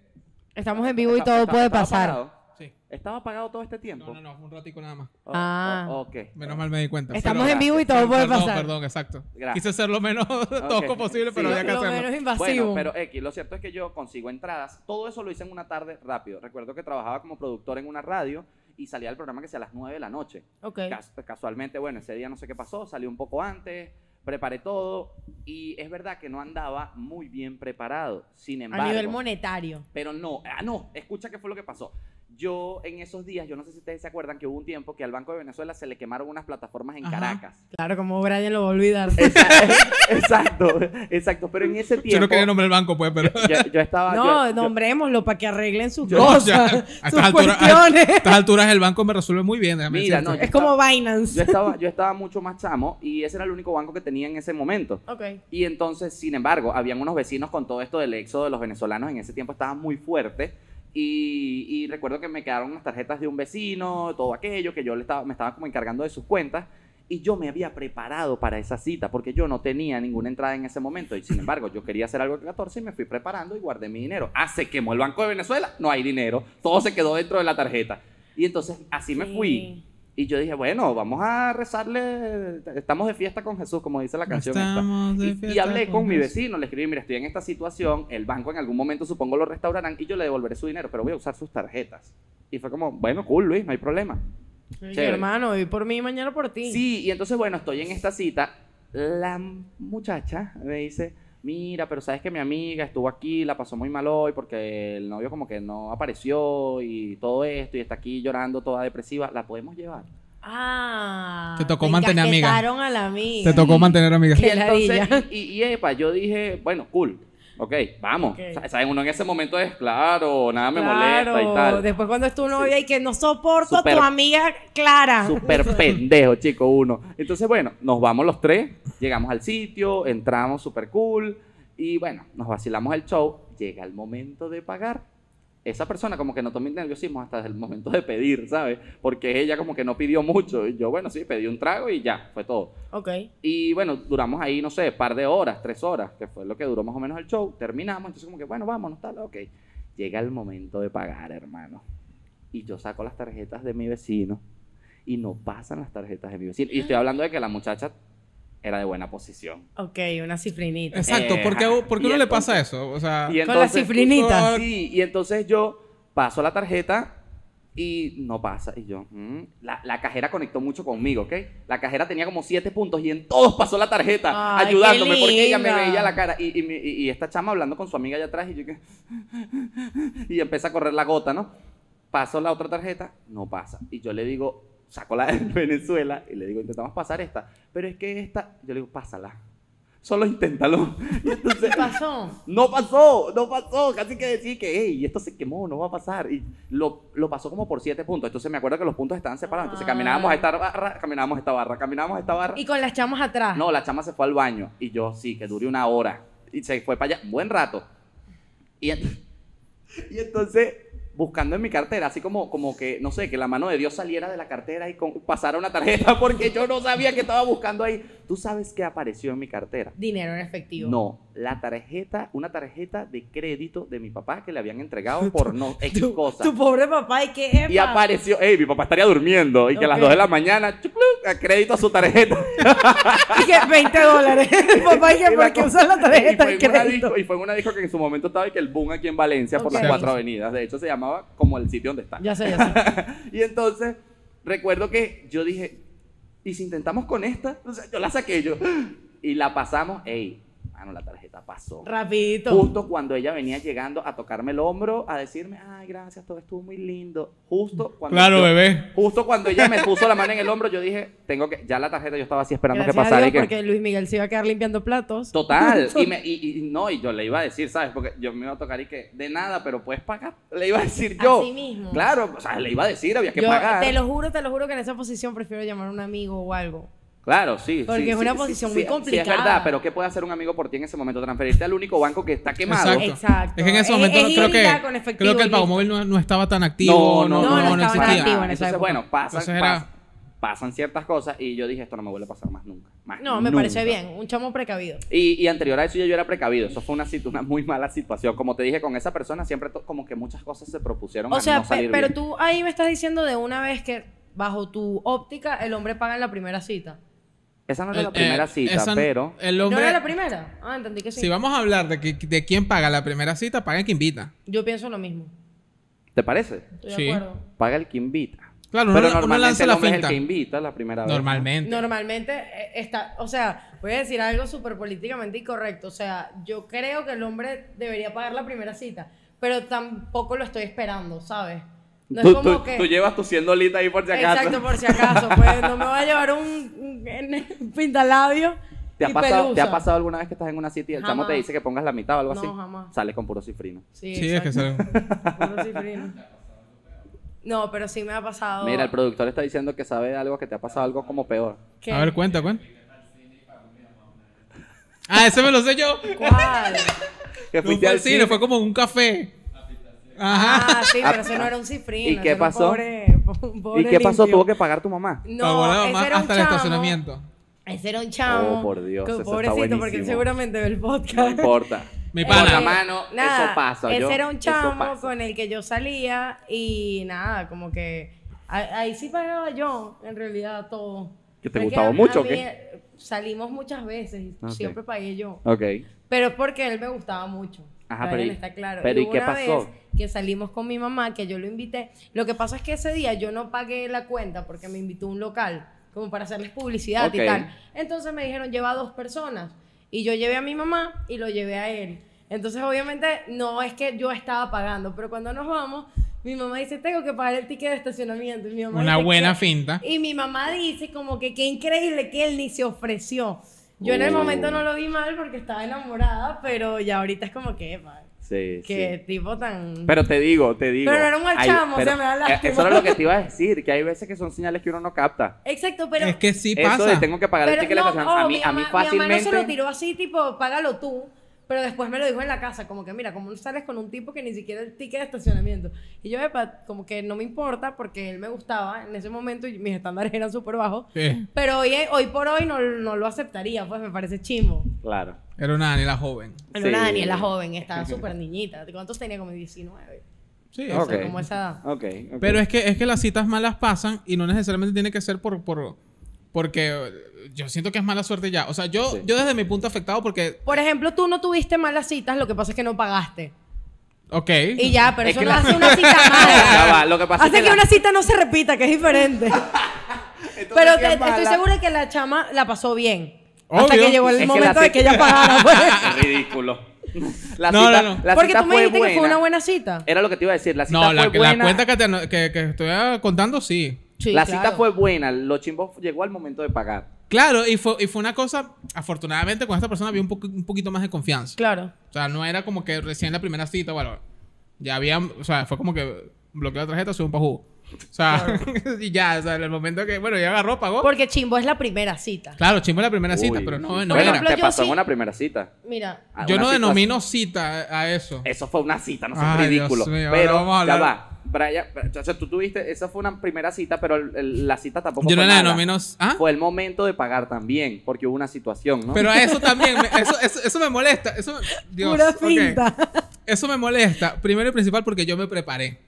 Speaker 2: Estamos en vivo y todo puede pasar.
Speaker 5: Sí.
Speaker 7: ¿Estaba apagado todo este tiempo?
Speaker 5: No, no, no, un ratico nada más.
Speaker 7: O-
Speaker 2: Ah.
Speaker 7: o- ok.
Speaker 5: Menos mal me di cuenta.
Speaker 2: Estamos
Speaker 5: pero-
Speaker 2: en vivo y todo puede
Speaker 5: perdón,
Speaker 2: pasar.
Speaker 5: Perdón, exacto.
Speaker 7: Gracias.
Speaker 5: Quise ser lo menos (laughs) tosco posible, pero
Speaker 7: Sí,
Speaker 5: había que
Speaker 2: Lo
Speaker 5: hacerlo.
Speaker 2: menos
Speaker 7: Bueno,
Speaker 2: invasivo.
Speaker 7: pero X, lo cierto es que yo consigo entradas. Todo eso lo hice en una tarde rápido. Recuerdo que trabajaba como productor en una radio y salía del programa que sea a las 9 de la noche.
Speaker 2: Ok.
Speaker 7: Cas- casualmente, bueno, ese día no sé qué pasó, salí un poco antes, preparé todo y es verdad que no andaba muy bien preparado. Sin embargo,
Speaker 2: A nivel monetario.
Speaker 7: Pero no, ah, no, escucha qué fue lo que pasó. Yo en esos días, yo no sé si ustedes se acuerdan que hubo un tiempo que al Banco de Venezuela se le quemaron unas plataformas en
Speaker 5: Ajá.
Speaker 7: Caracas.
Speaker 2: Claro, como Brian lo va a olvidar.
Speaker 7: (laughs) exacto, exacto. Pero en ese
Speaker 5: Yo
Speaker 7: tiempo.
Speaker 5: no quería nombrar el banco, pues,
Speaker 7: (laughs)
Speaker 5: pero...
Speaker 7: yo, yo estaba.
Speaker 2: No,
Speaker 7: yo- yo-
Speaker 2: nombrémoslo para que arreglen sus
Speaker 5: Yo- ya,
Speaker 2: cosas,
Speaker 5: a
Speaker 2: sus
Speaker 5: estas alturas-
Speaker 2: cuestiones.
Speaker 5: (laughs) A estas alturas el banco me resuelve muy bien, déjame
Speaker 7: Mira,
Speaker 5: decirte.
Speaker 7: no,
Speaker 2: es como
Speaker 7: yo
Speaker 2: Binance.
Speaker 7: estaba, yo estaba mucho más chamo y ese era el único banco que tenía en ese momento.
Speaker 2: Ok.
Speaker 7: Y entonces, sin embargo, habían unos vecinos con todo esto del éxodo de los venezolanos. En ese tiempo estaba muy fuerte. Y, y recuerdo que me quedaron unas tarjetas de un vecino, todo aquello, que yo le estaba, me estaba como encargando de sus cuentas. Y yo me había preparado para esa cita porque yo no tenía ninguna entrada en ese momento. Y sin embargo, yo quería hacer algo el 14 y me fui preparando y guardé mi dinero. Ah, se quemó el Banco de Venezuela, no hay dinero. Todo se quedó dentro de la tarjeta. Y entonces así me fui.
Speaker 2: Sí.
Speaker 7: Y yo dije, bueno, vamos a rezarle. Estamos de fiesta con Jesús, como dice la canción. esta.
Speaker 5: Estamos de
Speaker 7: Y- Y,
Speaker 5: fiesta
Speaker 7: hablé
Speaker 5: con
Speaker 7: con mi
Speaker 5: Jesús.
Speaker 7: vecino, le escribí, mira, estoy en esta situación, el banco en algún momento supongo lo restaurarán y yo le devolveré su dinero, pero voy a usar sus tarjetas. Y fue como, bueno, cool, Luis, no hay problema.
Speaker 2: Ay,
Speaker 7: Chévere.
Speaker 2: hermano, hoy por mí, mañana por ti.
Speaker 7: Sí, y entonces, bueno, estoy en esta cita. La muchacha me dice, mira, pero sabes que mi amiga estuvo aquí, la pasó muy mal hoy porque el novio como que no apareció y todo esto y está aquí llorando toda depresiva, ¿la podemos llevar?
Speaker 2: Ah.
Speaker 5: Te tocó mantener amiga.
Speaker 2: encasquetaron a la amiga.
Speaker 5: Te tocó mantener amiga.
Speaker 7: Y
Speaker 2: Qué ladilla.
Speaker 7: entonces, y, y- y, epa, yo dije, bueno, cool. Ok, vamos.
Speaker 2: Ok.
Speaker 7: Sa- ¿Saben? Uno en ese momento es, claro, nada me
Speaker 2: claro.
Speaker 7: molesta y tal.
Speaker 2: Después cuando es tu novia y que no soporto
Speaker 7: Super-
Speaker 2: a tu amiga Clara.
Speaker 7: Súper pendejo, chico, uno. Entonces, bueno, nos vamos los tres, llegamos al sitio, entramos súper cool y bueno, nos vacilamos el show. Llega el momento de pagar. Esa persona como que no toma nerviosismo hasta el momento de pedir, ¿sabes? Porque ella como que no pidió mucho. Y yo, bueno, sí, pedí un trago y ya, fue todo.
Speaker 2: ok.
Speaker 7: Y bueno, duramos ahí, no sé, par de horas, tres horas, que fue lo que duró más o menos el show. Terminamos, entonces como que, bueno, vámonos, tal, ok. Llega el momento de pagar, hermano. Y yo saco las tarjetas de mi vecino y no pasan las tarjetas de mi vecino. Y estoy hablando de que la muchacha era de buena posición.
Speaker 2: Ok, una cifrinita.
Speaker 5: Exacto,
Speaker 7: Eh,
Speaker 5: ¿por qué,
Speaker 7: ajá.
Speaker 5: por qué
Speaker 7: Y
Speaker 5: uno le
Speaker 7: entonces-
Speaker 5: pasa eso? O sea,
Speaker 7: Y
Speaker 2: Con la
Speaker 7: entonces-
Speaker 2: cifrinita.
Speaker 7: Sí, y entonces yo paso la tarjeta y no pasa. Y yo, mm. la, la cajera conectó mucho conmigo, ¿ok? La cajera tenía como siete puntos y en todos pasó la tarjeta
Speaker 2: Ay, qué
Speaker 7: ayudándome porque ella me
Speaker 2: linda.
Speaker 7: veía la cara. Y, y mi- y- y esta chama hablando con su amiga allá atrás y yo que... (laughs) y empieza a correr la gota, ¿no? Paso la otra tarjeta, no pasa. Y yo le digo, saco la de (laughs) Venezuela y le digo, intentamos pasar esta. Pero es que esta, yo le digo, pásala. Solo inténtalo. (laughs) Y entonces,
Speaker 2: ¿Qué pasó?
Speaker 7: no pasó, no pasó. Casi que decir que, hey, esto se quemó, no va a pasar. Y lo, lo pasó como por siete puntos. Entonces me acuerdo que los puntos estaban separados. Entonces caminábamos a esta barra, caminábamos a esta barra, caminábamos a esta barra.
Speaker 2: Y con las chamas atrás.
Speaker 7: No, la chama se fue al baño. Y yo, sí, que duré una hora. Y se fue para allá, un buen rato. Y, ent- (laughs) y entonces, buscando en mi cartera, así como, como que, no sé, que la mano de Dios saliera de la cartera y con- pasara una tarjeta, (laughs) porque yo no sabía que estaba buscando ahí. ¿Tú sabes qué apareció en mi cartera?
Speaker 2: Dinero en efectivo.
Speaker 7: No, la tarjeta, una tarjeta de crédito de mi papá que le habían entregado
Speaker 2: (laughs)
Speaker 7: por no X
Speaker 2: Tu,
Speaker 7: cosa.
Speaker 2: tu pobre papá y que
Speaker 7: Y apareció, hey, mi papá estaría durmiendo y que a las
Speaker 2: Ok.
Speaker 7: 2 de la mañana, chucluc, a crédito a su tarjeta.
Speaker 2: (laughs) Y que 20
Speaker 7: (laughs)
Speaker 2: dólares. papá y que
Speaker 7: Y
Speaker 2: por
Speaker 7: la
Speaker 2: qué
Speaker 7: co-
Speaker 2: usas la tarjeta
Speaker 7: (laughs) y
Speaker 2: de
Speaker 7: fue, en una
Speaker 2: crédito.
Speaker 7: disco, y fue en una disco que en su momento estaba y que el boom aquí en Valencia por
Speaker 2: Ok.
Speaker 7: las cuatro avenidas. De hecho, se llamaba como el sitio donde está.
Speaker 2: Ya sé, ya
Speaker 7: (laughs)
Speaker 2: sé.
Speaker 7: Y entonces, recuerdo que yo dije, ¿y si intentamos con esta? O sea, yo la saqué yo. (gasps) Y la pasamos, hey, mano, la tarjeta pasó.
Speaker 2: Rapidito.
Speaker 7: Justo cuando ella venía llegando a tocarme el hombro, a decirme, ay, gracias, todo estuvo muy lindo. Justo cuando.
Speaker 5: claro,
Speaker 7: yo-
Speaker 5: bebé.
Speaker 7: Justo cuando ella me puso la mano en el hombro, yo dije, tengo que. Ya la tarjeta, yo estaba así esperando
Speaker 2: Gracias
Speaker 7: que pasara.
Speaker 2: a
Speaker 7: y que-
Speaker 2: Dios, porque Luis Miguel se iba a quedar limpiando platos.
Speaker 7: (laughs) Total. Y, me, y, y no, y yo le iba a decir, ¿sabes? Porque yo me iba a tocar y que, de nada, pero puedes pagar. Le iba a decir yo.
Speaker 2: Así mismo.
Speaker 7: Claro, o sea, le iba a decir, había que
Speaker 2: Yo eh,
Speaker 7: pagar.
Speaker 2: te lo juro, te lo juro que en esa posición prefiero llamar a un amigo o algo.
Speaker 7: Claro, sí.
Speaker 2: Porque
Speaker 7: sí,
Speaker 2: es una
Speaker 7: sí,
Speaker 2: posición
Speaker 7: sí,
Speaker 2: muy
Speaker 7: sí, Sí,
Speaker 2: complicada.
Speaker 7: es verdad, pero ¿qué puede hacer un amigo por ti en ese momento? Transferirte al único banco que está quemado.
Speaker 5: Exacto.
Speaker 2: Exacto.
Speaker 5: Es que en
Speaker 2: Es-
Speaker 5: ese momento
Speaker 2: es
Speaker 5: no-
Speaker 2: ir
Speaker 5: creo,
Speaker 2: ya
Speaker 5: que,
Speaker 2: con efectivo
Speaker 5: creo que
Speaker 2: y
Speaker 5: el pago
Speaker 2: listo.
Speaker 5: móvil no, no estaba tan activo, no, no,
Speaker 2: no, no estaba
Speaker 5: existía.
Speaker 2: activo en esa
Speaker 7: Entonces,
Speaker 2: época.
Speaker 7: bueno, pasan,
Speaker 5: Entonces era-
Speaker 7: pas- pasan ciertas cosas y yo dije, esto no me vuelve a pasar más nunca. más
Speaker 2: No, me
Speaker 7: nunca.
Speaker 2: parece bien. Un chamo precavido.
Speaker 7: Y, y anterior a eso ya yo era precavido. Eso fue una, situ- una muy mala situación. Como te dije, con esa persona siempre to- como que muchas cosas se propusieron
Speaker 2: O
Speaker 7: a
Speaker 2: sea,
Speaker 7: no
Speaker 2: pe-
Speaker 7: salir
Speaker 2: pero
Speaker 7: bien.
Speaker 2: tú ahí me estás diciendo de una vez que bajo tu óptica el hombre paga en la primera cita.
Speaker 7: Esa no era
Speaker 5: El-
Speaker 7: la primera
Speaker 5: eh,
Speaker 7: cita,
Speaker 5: esa-
Speaker 7: pero...
Speaker 5: El
Speaker 2: ¿No
Speaker 5: hombre,
Speaker 2: era la primera? Ah, entendí que sí.
Speaker 5: si vamos a hablar de, que, de quién paga la primera cita, paga el que invita.
Speaker 2: Yo pienso lo mismo.
Speaker 7: ¿Te parece?
Speaker 2: Estoy
Speaker 5: Sí.
Speaker 2: de acuerdo.
Speaker 7: Paga el que invita.
Speaker 5: Claro, uno-
Speaker 7: pero
Speaker 5: uno
Speaker 7: normalmente
Speaker 5: lanza
Speaker 7: el
Speaker 5: la
Speaker 7: hombre es el
Speaker 5: finta.
Speaker 7: que invita la primera vez.
Speaker 5: Normalmente.
Speaker 2: Normalmente eh, está, o sea, voy a decir algo súper políticamente incorrecto. O sea, yo creo que el hombre debería pagar la primera cita, pero tampoco lo estoy esperando, ¿sabes? No es
Speaker 7: tú,
Speaker 2: como
Speaker 7: tú-
Speaker 2: que.
Speaker 7: tú llevas tu 100 dolitas ahí por si acaso.
Speaker 2: Exacto, por si acaso. Pues no me va a llevar un, un pintalabio.
Speaker 7: ¿Te ha,
Speaker 2: y
Speaker 7: pasado, ¿Te ha
Speaker 2: pelusa.
Speaker 7: pasado alguna vez que estás en una cita y el chamo te
Speaker 2: Jamás.
Speaker 7: dice que pongas la mitad o algo
Speaker 2: No,
Speaker 7: así?
Speaker 2: jamás.
Speaker 7: Sales con puro cifrino.
Speaker 2: Sí,
Speaker 5: Sí, es que
Speaker 2: exacto.
Speaker 5: sale.
Speaker 2: Puro cifrino. No, pero sí me ha pasado.
Speaker 7: Mira, el productor está diciendo que sabe de algo que te ha pasado algo como peor.
Speaker 2: (laughs) ¿Qué?
Speaker 5: A ver, cuenta, cuenta. Ah, ese me lo sé
Speaker 7: (laughs)
Speaker 5: yo.
Speaker 2: ¿Cuál?
Speaker 7: Que
Speaker 5: No fue al cine, fue como un café. Ajá.
Speaker 2: Ah, sí, pero eso no era un cifrino.
Speaker 7: ¿Y
Speaker 2: eso
Speaker 7: qué
Speaker 2: era un
Speaker 7: pasó?
Speaker 2: Pobre,
Speaker 7: ¿Y
Speaker 2: Pobre
Speaker 7: qué pasó?
Speaker 2: limpio.
Speaker 7: ¿Tuvo que pagar tu mamá?
Speaker 5: Para
Speaker 2: No,
Speaker 5: guardar más
Speaker 2: ese era un
Speaker 5: hasta el
Speaker 2: chamo.
Speaker 5: estacionamiento.
Speaker 2: Ese era un chamo.
Speaker 7: Oh, por Dios,
Speaker 2: que-
Speaker 7: eso está
Speaker 2: pobrecito, porque él
Speaker 7: buenísimo.
Speaker 2: seguramente ve el
Speaker 7: No
Speaker 2: podcast. (laughs)
Speaker 7: importa.
Speaker 5: Mi
Speaker 2: Eh,
Speaker 7: Por la
Speaker 5: pana.
Speaker 7: mano,
Speaker 2: nada,
Speaker 7: eso pasa.
Speaker 2: Ese
Speaker 7: yo-
Speaker 2: era un
Speaker 7: eso
Speaker 2: chamo pues.
Speaker 7: pasa.
Speaker 2: con el que yo salía y nada, como que a- ahí sí pagaba yo, en realidad, todo.
Speaker 7: ¿Que te
Speaker 2: Es
Speaker 7: gustaba
Speaker 2: a-
Speaker 7: mucho
Speaker 2: a
Speaker 7: o qué? Ah,
Speaker 2: mí, eh, Salimos muchas veces y
Speaker 7: Ok.
Speaker 2: siempre pagué yo.
Speaker 7: Ok.
Speaker 2: Pero es porque él me gustaba mucho.
Speaker 7: Ajá,
Speaker 2: Para
Speaker 7: pero
Speaker 2: él
Speaker 7: ¿y-
Speaker 2: está claro.
Speaker 7: pero ¿y
Speaker 2: hubo
Speaker 7: qué
Speaker 2: una
Speaker 7: pasó?
Speaker 2: vez que salimos con mi mamá, que yo lo invité. Lo que pasa es que ese día yo no pagué la cuenta porque me invitó un local, como para hacerles publicidad
Speaker 7: Ok.
Speaker 2: y tal. Entonces me dijeron, lleva a dos personas. Y yo llevé a mi mamá y lo llevé a él. Entonces, obviamente, no es que yo estaba pagando, pero cuando nos vamos, mi mamá dice, tengo que pagar el ticket de estacionamiento. Y mi mamá
Speaker 5: Una
Speaker 2: dice,
Speaker 5: buena
Speaker 2: "¿Qué?".
Speaker 5: finta.
Speaker 2: Y mi mamá dice como que qué increíble que él ni se ofreció. Yo en el
Speaker 7: Uh.
Speaker 2: momento no lo vi mal porque estaba enamorada, pero ya ahorita es como que, epa,
Speaker 7: Sí,
Speaker 2: qué
Speaker 7: sí.
Speaker 2: tipo tan...
Speaker 7: Pero te digo, te digo.
Speaker 2: Pero no era un mal
Speaker 7: hay-
Speaker 2: chamo, o
Speaker 7: pero-
Speaker 2: sea, me da
Speaker 7: eh,
Speaker 2: lástima.
Speaker 7: Eso era lo que te iba a decir, que hay veces que son señales que uno no capta.
Speaker 2: Exacto, pero...
Speaker 5: es que sí
Speaker 7: eso de
Speaker 5: pasa.
Speaker 7: tengo que pagar el
Speaker 2: pero
Speaker 7: ticket de la
Speaker 2: no,
Speaker 7: estación,
Speaker 2: oh,
Speaker 7: a mí,
Speaker 2: mi mamá-
Speaker 7: a mí
Speaker 2: Mi mamá no
Speaker 7: fácilmente.
Speaker 2: se lo tiró así, tipo, págalo tú. Pero después me lo dijo en la casa, como que mira, como no sales con un tipo que ni siquiera el ticket de estacionamiento. Y yo, epa, como que no me importa porque él me gustaba en ese momento y mis estándares eran súper bajos.
Speaker 5: Sí.
Speaker 2: Pero hoy, hoy por hoy no, no lo aceptaría, pues me parece chimbo.
Speaker 7: Claro.
Speaker 5: Era una Daniela joven.
Speaker 2: Pero una
Speaker 7: Sí.
Speaker 2: Daniela joven, estaba súper niñita. ¿Cuántos tenía? Como 19.
Speaker 5: Sí,
Speaker 2: O sea,
Speaker 7: Ok.
Speaker 2: como esa edad.
Speaker 7: Ok. ok.
Speaker 5: Pero es que, es que las citas malas pasan y no necesariamente tiene que ser por, por porque eh, yo siento que es mala suerte ya. O sea, yo,
Speaker 7: Sí.
Speaker 5: yo desde mi punto afectado porque,
Speaker 2: Por ejemplo, tú no tuviste malas citas, lo que pasa es que no pagaste.
Speaker 5: ok.
Speaker 2: Y ya, pero
Speaker 7: Es
Speaker 2: eso
Speaker 7: que
Speaker 2: no
Speaker 7: la-
Speaker 2: hace
Speaker 7: (laughs)
Speaker 2: una cita
Speaker 7: Ya
Speaker 2: mala.
Speaker 7: va, lo que pasa es
Speaker 2: hace
Speaker 7: que
Speaker 2: que,
Speaker 7: la-
Speaker 2: una cita no se repita, que es
Speaker 7: (laughs)
Speaker 2: diferente. pero te- estoy segura que la chama la pasó bien. Hasta
Speaker 5: Obvio.
Speaker 2: que llegó
Speaker 7: Es
Speaker 2: el
Speaker 7: que la
Speaker 2: momento de
Speaker 7: cita-
Speaker 2: que ella
Speaker 7: (laughs)
Speaker 2: pagara.
Speaker 7: Qué
Speaker 2: pues.
Speaker 7: ridículo. (laughs) La
Speaker 5: No,
Speaker 7: cita,
Speaker 5: no, no.
Speaker 2: (laughs)
Speaker 7: la
Speaker 2: Porque
Speaker 7: cita
Speaker 2: tú me
Speaker 7: fue
Speaker 2: dijiste que fue
Speaker 7: buena. Eh,
Speaker 2: una buena cita.
Speaker 7: Era lo que te iba a decir. La cita
Speaker 5: no, la, la
Speaker 7: fue buena.
Speaker 5: cuenta que, te- que- que estoy ah, contando, sí.
Speaker 2: Sí,
Speaker 7: la cita
Speaker 2: claro.
Speaker 7: fue buena. Lo chimbo llegó al momento de pagar.
Speaker 5: Claro, y fue, y fue una cosa, afortunadamente con esta persona había un, poco- un poquito más de confianza.
Speaker 2: Claro.
Speaker 5: O sea, no era como que recién la primera cita, bueno, ya había, o sea, fue como que bloqueó la tarjeta, subió un pajú. O sea, (laughs) y ya, o sea, en el momento que, bueno, ya agarró, pagó.
Speaker 2: Porque chimbo es la primera cita.
Speaker 5: Claro, chimbo la primera cita,
Speaker 7: Uy,
Speaker 5: pero no,
Speaker 7: sí.
Speaker 5: no
Speaker 7: bueno,
Speaker 5: era.
Speaker 2: ejemplo,
Speaker 7: te
Speaker 2: yo
Speaker 7: pasó en
Speaker 2: sí-
Speaker 7: una primera cita.
Speaker 2: Mira,
Speaker 7: Ah,
Speaker 5: Yo
Speaker 7: una
Speaker 5: no
Speaker 7: cita-
Speaker 5: denomino cita a, a eso.
Speaker 7: Eso fue una cita, no
Speaker 5: Ay,
Speaker 7: es ridículo.
Speaker 5: Dios mío,
Speaker 7: pero
Speaker 5: ahora vamos a
Speaker 7: ya
Speaker 5: hablar-
Speaker 7: va. Brian, o sea, tú tuviste, esa fue una primera cita, pero el- el- la cita tampoco
Speaker 5: Yo
Speaker 7: fue
Speaker 5: no la
Speaker 7: mala.
Speaker 5: denomino. ¿Ah?
Speaker 7: Fue el momento de pagar también, porque hubo una situación, ¿no?
Speaker 5: Pero a eso también, me- eso, eso, eso me molesta. Eso, Dios,
Speaker 2: pura
Speaker 5: ok.
Speaker 2: finta. (laughs)
Speaker 5: Eso me molesta, primero y principal, porque yo me preparé.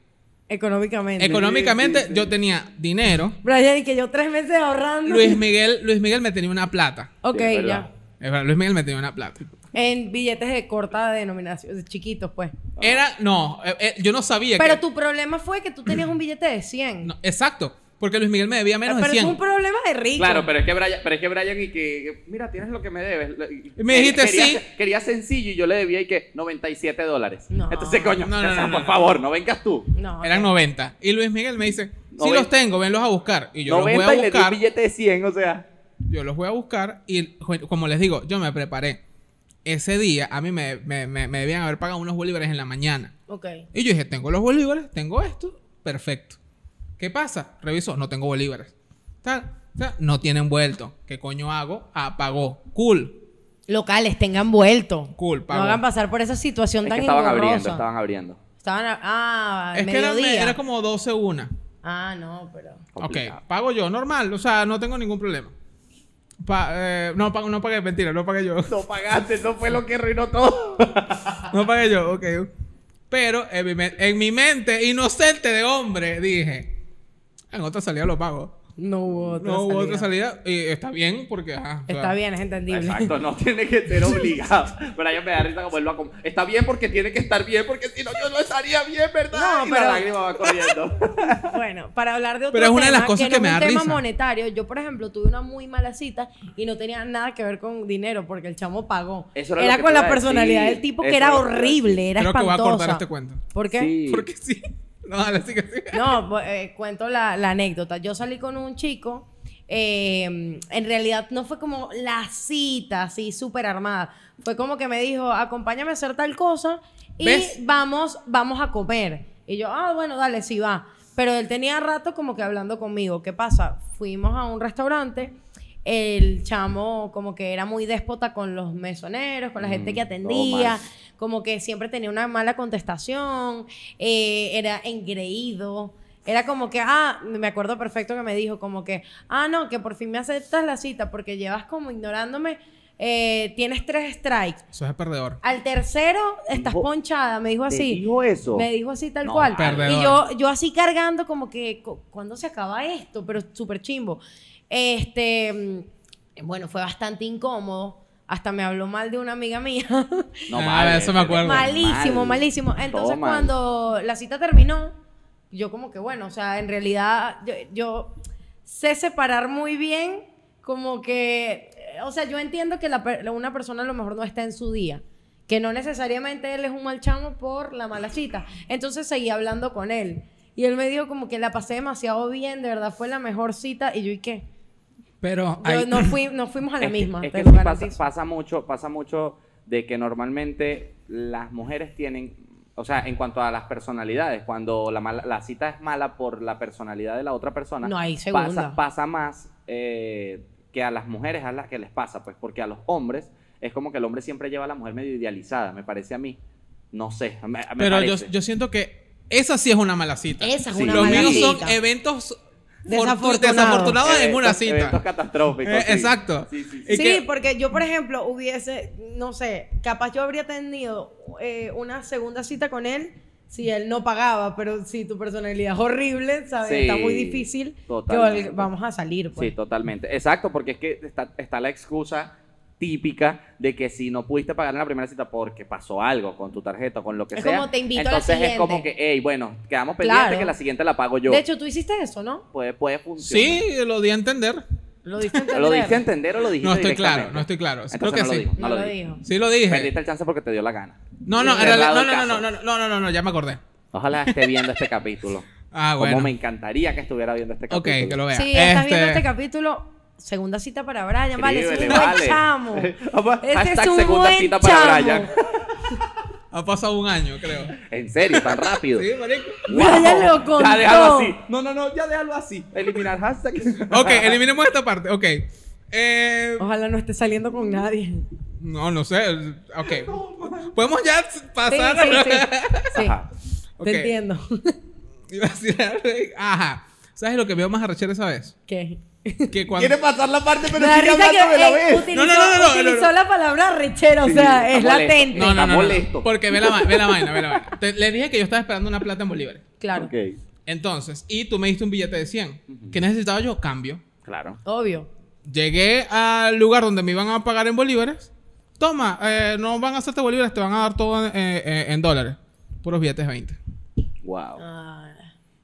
Speaker 2: Económicamente.
Speaker 5: Económicamente,
Speaker 7: sí.
Speaker 5: yo tenía dinero.
Speaker 2: Brian, y que yo tres meses ahorrando.
Speaker 5: Luis Miguel, Luis Miguel me tenía una plata.
Speaker 2: Ok,
Speaker 7: Sí, es
Speaker 2: ya.
Speaker 7: verdad.
Speaker 5: Es verdad, Luis Miguel me tenía una plata.
Speaker 2: En billetes de corta denominación, de chiquitos, pues.
Speaker 7: Oh.
Speaker 5: Era, no, eh, eh, yo no sabía
Speaker 2: Pero
Speaker 5: que-
Speaker 2: tu problema fue que tú tenías un billete de 100.
Speaker 5: no, exacto, porque Luis Miguel me debía menos
Speaker 2: pero
Speaker 5: de 100.
Speaker 2: es un problema de rico.
Speaker 7: Claro, pero es que Brian, pero es que Brian y que, mira, tienes lo que me debes.
Speaker 5: Y me dijiste,
Speaker 7: quería,
Speaker 5: sí.
Speaker 7: Quería sencillo y yo le debía y que 97 dólares.
Speaker 2: No.
Speaker 7: Entonces, coño,
Speaker 5: No, no,
Speaker 7: o sea,
Speaker 5: no, no,
Speaker 7: por
Speaker 5: no.
Speaker 7: favor, no vengas tú.
Speaker 2: No.
Speaker 5: Eran 90. Y Luis Miguel me dice, sí
Speaker 7: Noven-
Speaker 5: los tengo, venlos a buscar. Y yo los voy
Speaker 7: 90
Speaker 5: a
Speaker 7: y le di un
Speaker 5: buscar.
Speaker 7: billete de 100, o sea.
Speaker 5: Yo los voy a buscar y ju- como les digo, yo me preparé. Ese día a mí me, me- me- me debían haber pagado unos bolívares en la mañana.
Speaker 2: Ok.
Speaker 5: Y yo dije, tengo los bolívares, tengo esto, perfecto. ¿Qué pasa? Reviso, no tengo bolívares. Tal, tal, no tienen vuelto. ¿Qué coño hago? Ah, pagó. Cool,
Speaker 2: Locales, tengan vuelto.
Speaker 5: cool, pagó.
Speaker 2: No hagan pasar por esa situación
Speaker 7: Es que
Speaker 2: tan
Speaker 7: estaban
Speaker 2: engorrosa.
Speaker 7: abriendo, estaban abriendo.
Speaker 2: Estaban a- Ah,
Speaker 5: es que era,
Speaker 2: mediodía.
Speaker 5: era como 12 una.
Speaker 2: Ah, no, pero...
Speaker 5: Ok,
Speaker 7: Complicado.
Speaker 5: pago yo, normal, o sea, no tengo ningún problema. Pa- eh, no, pago, no pagué, mentira, no pagué yo.
Speaker 7: No pagaste, eso fue lo que arruinó todo.
Speaker 5: No pagué yo, ok. Pero en mi, men- en mi mente, inocente de hombre, dije, en otra salida lo pago.
Speaker 2: No hubo otra
Speaker 5: No hubo
Speaker 2: salida.
Speaker 5: otra salida y está bien porque... ajá, o sea,
Speaker 2: Está bien, es entendible.
Speaker 7: Exacto, no tiene que ser obligado. Brian me da risa como él lo acom- Está bien porque tiene que estar bien, porque si no, yo no estaría bien, ¿verdad?
Speaker 2: No,
Speaker 7: y
Speaker 2: pero-
Speaker 7: la lágrima va corriendo.
Speaker 2: Bueno, para hablar de otro
Speaker 5: Pero es una de las
Speaker 2: tema,
Speaker 5: cosas que
Speaker 2: no
Speaker 5: me
Speaker 2: es
Speaker 5: da
Speaker 2: un tema
Speaker 5: risa.
Speaker 2: monetario. Yo, por ejemplo, tuve una muy mala cita y no tenía nada que ver con dinero porque el chamo pagó.
Speaker 7: Eso era
Speaker 2: era
Speaker 7: lo que te
Speaker 2: con
Speaker 7: iba
Speaker 2: la
Speaker 7: a
Speaker 2: personalidad
Speaker 7: decir.
Speaker 2: del tipo
Speaker 7: Eso
Speaker 2: que era
Speaker 7: era lo que te iba a
Speaker 2: horrible,
Speaker 7: decir.
Speaker 2: era
Speaker 5: Creo que voy a
Speaker 2: espantosa.
Speaker 5: cortar este cuento.
Speaker 2: ¿Por qué?
Speaker 7: Sí.
Speaker 5: Porque sí. No, ahora sí que sí.
Speaker 2: (laughs) No, pues, eh, cuento la, la anécdota. Yo salí con un chico, eh, en realidad no fue como la cita así súper armada. Fue como que me dijo, acompáñame a hacer tal cosa y
Speaker 5: ¿Ves?
Speaker 2: vamos, vamos a comer. Y yo, ah, bueno, dale, sí va. Pero él tenía rato como que hablando conmigo. ¿Qué pasa? Fuimos a un restaurante. El chamo como que era muy déspota con los mesoneros, con la gente
Speaker 7: Mm,
Speaker 2: que
Speaker 7: todo
Speaker 2: atendía
Speaker 7: mal.
Speaker 2: como que siempre tenía una mala contestación, eh, era engreído, Era como que, ah, me acuerdo perfecto que me dijo, como que, ah, no, que por fin me aceptas la cita porque llevas como ignorándome, eh, tienes tres strikes.
Speaker 5: Eso es perdedor.
Speaker 2: Al tercero estás
Speaker 7: Dijo-
Speaker 2: ponchada, me dijo
Speaker 7: ¿Te
Speaker 2: así.
Speaker 7: dijo eso?
Speaker 2: Me dijo así tal
Speaker 7: No,
Speaker 2: cual.
Speaker 5: perdedor.
Speaker 2: Y yo, yo así cargando como que, "¿Cu- ¿cuándo se acaba esto? Pero súper chimbo. Este, mm, bueno, fue bastante incómodo. Hasta me habló mal de una amiga mía. (laughs)
Speaker 7: No,
Speaker 5: Ah,
Speaker 7: vale,
Speaker 5: eso me acuerdo.
Speaker 2: malísimo,
Speaker 7: Mal.
Speaker 2: malísimo. Entonces
Speaker 7: Todo mal.
Speaker 2: cuando la cita terminó, yo como que bueno, o sea, en realidad yo, yo sé separar muy bien como que, eh, o sea, yo entiendo que la per- una persona a lo mejor no está en su día. Que no necesariamente él es un mal chamo por la mala cita. Entonces seguí hablando con él. Y él me dijo como que la pasé demasiado bien, de verdad fue la mejor cita. Y yo, ¿y qué?
Speaker 5: Pero
Speaker 2: Yo
Speaker 5: hay-
Speaker 2: no, fui, no fuimos a la
Speaker 7: Es que-
Speaker 2: misma.
Speaker 7: es
Speaker 2: te
Speaker 7: que
Speaker 2: lo
Speaker 7: sí pasa,
Speaker 2: garantizo.
Speaker 7: pasa mucho, pasa mucho de que normalmente las mujeres tienen, o sea, en cuanto a las personalidades, cuando la, mala- la cita es mala por la personalidad de la otra persona,
Speaker 2: No hay segunda.
Speaker 7: pasa, pasa más eh, que a las mujeres a las que les pasa, pues, porque a los hombres es como que el hombre siempre lleva a la mujer medio idealizada, me parece a mí. No sé, me, me
Speaker 5: (laughs) pero yo,
Speaker 7: parece.
Speaker 5: yo siento que esa sí es una mala cita.
Speaker 2: Esa es
Speaker 7: Sí.
Speaker 2: una
Speaker 5: Los
Speaker 2: mala
Speaker 5: míos son
Speaker 2: cita.
Speaker 5: eventos fortu-
Speaker 2: Desafortunados.
Speaker 5: desafortunados en una
Speaker 7: Eventos- Eh, eventos
Speaker 5: cita.
Speaker 7: catastróficos.
Speaker 5: Eh,
Speaker 7: sí.
Speaker 5: exacto.
Speaker 7: Sí, sí, sí.
Speaker 5: Y
Speaker 2: sí,
Speaker 5: que-
Speaker 2: porque yo, por ejemplo, hubiese, no sé, capaz yo habría tenido eh, una segunda cita con él si él no pagaba, pero si tu personalidad es horrible, ¿sabes?
Speaker 7: Sí,
Speaker 2: Está muy difícil. Que
Speaker 7: totalmente.
Speaker 2: val- vamos a salir,
Speaker 7: Sí,
Speaker 2: pues.
Speaker 7: totalmente. Exacto, porque es que está, está la excusa típica de que si no pudiste pagar en la primera cita porque pasó algo con tu tarjeta, con lo que
Speaker 2: Es
Speaker 7: sea.
Speaker 2: como te invito a la
Speaker 7: entonces es
Speaker 2: siguiente.
Speaker 7: como que, hey, bueno, quedamos pendientes
Speaker 2: Claro.
Speaker 7: que la siguiente la pago yo.
Speaker 2: De hecho, tú hiciste eso, ¿no?
Speaker 7: puede, puede funcionar.
Speaker 5: Sí, lo di a entender.
Speaker 2: Lo diste entender.
Speaker 7: (laughs) ¿Lo diste a entender o lo dijiste
Speaker 5: No estoy claro,
Speaker 7: directamente?
Speaker 5: no estoy claro. Creo
Speaker 7: Entonces
Speaker 5: que
Speaker 7: no
Speaker 5: sí.
Speaker 7: lo dijo,
Speaker 2: No, lo dijo.
Speaker 5: Sí lo (laughs) dije.
Speaker 7: Perdiste el chance porque te dio la gana.
Speaker 5: No, no, en
Speaker 7: Cerrado
Speaker 5: realidad- no,
Speaker 7: el
Speaker 5: no, no,
Speaker 7: caso.
Speaker 5: no, no, no, no, no, no, ya me acordé.
Speaker 7: Ojalá esté viendo este capítulo.
Speaker 5: (laughs) Ah,
Speaker 7: Como
Speaker 5: bueno.
Speaker 7: me encantaría que estuviera viendo este
Speaker 5: Ok,
Speaker 7: capítulo.
Speaker 5: que lo vea.
Speaker 2: Sí, estás viendo
Speaker 5: Este-
Speaker 2: este capítulo. Segunda cita para Brian, vale, ese es un
Speaker 7: Escríbele,
Speaker 2: buen
Speaker 7: vale. (laughs)
Speaker 2: chamo.
Speaker 7: Opa,
Speaker 2: Ese es
Speaker 7: hashtag
Speaker 2: un
Speaker 7: segunda
Speaker 2: buen
Speaker 7: cita para
Speaker 2: chamo.
Speaker 7: Brian.
Speaker 5: Ha pasado un año, creo.
Speaker 7: En serio, tan
Speaker 5: (laughs)
Speaker 7: rápido.
Speaker 5: Sí, marico.
Speaker 2: Brian
Speaker 7: Wow.
Speaker 2: lo contó.
Speaker 7: Ya déjalo así. No, no, no, ya déjalo así. Eliminar hashtag.
Speaker 5: (laughs) Ok, eliminemos esta parte. Ok. Eh,
Speaker 2: Ojalá no esté saliendo con nadie.
Speaker 5: (laughs) no, no sé. Ok. Podemos ya
Speaker 2: Sí,
Speaker 5: pasar
Speaker 2: sí, sí. Sí,
Speaker 7: Ajá.
Speaker 5: Ok.
Speaker 2: te entiendo. (laughs)
Speaker 5: (laughs) Iba a decir algo. Ajá. ¿Sabes lo que veo más arrechera esa vez?
Speaker 2: ¿Qué?
Speaker 5: Que cuando...
Speaker 1: Quiere pasar la parte, pero
Speaker 2: Me da
Speaker 1: sigue
Speaker 2: risa que,
Speaker 1: hablándome la
Speaker 2: eh,
Speaker 1: vez.
Speaker 2: utilizó,
Speaker 5: No, no, no, no, no,
Speaker 2: utilizó
Speaker 5: no, no.
Speaker 2: la palabra rechero, o sea,
Speaker 7: Sí,
Speaker 2: es
Speaker 7: está molesto.
Speaker 2: latente.
Speaker 5: No, no, no,
Speaker 7: Está
Speaker 5: no,
Speaker 7: molesto.
Speaker 5: Porque ve la, va- ve la vaina, ve la vaina. Te- le dije que yo estaba esperando una plata en bolívares.
Speaker 2: Claro,
Speaker 7: Ok,
Speaker 5: Entonces, y tú me diste un billete de 100. ¿Qué necesitaba yo? Cambio.
Speaker 7: claro.
Speaker 2: obvio.
Speaker 5: Llegué al lugar donde me iban a pagar en bolívares. Toma, eh, no van a hacerte bolívares, te van a dar todo eh, eh, en dólares. Puros billetes de 20.
Speaker 7: Wow.
Speaker 2: Ah,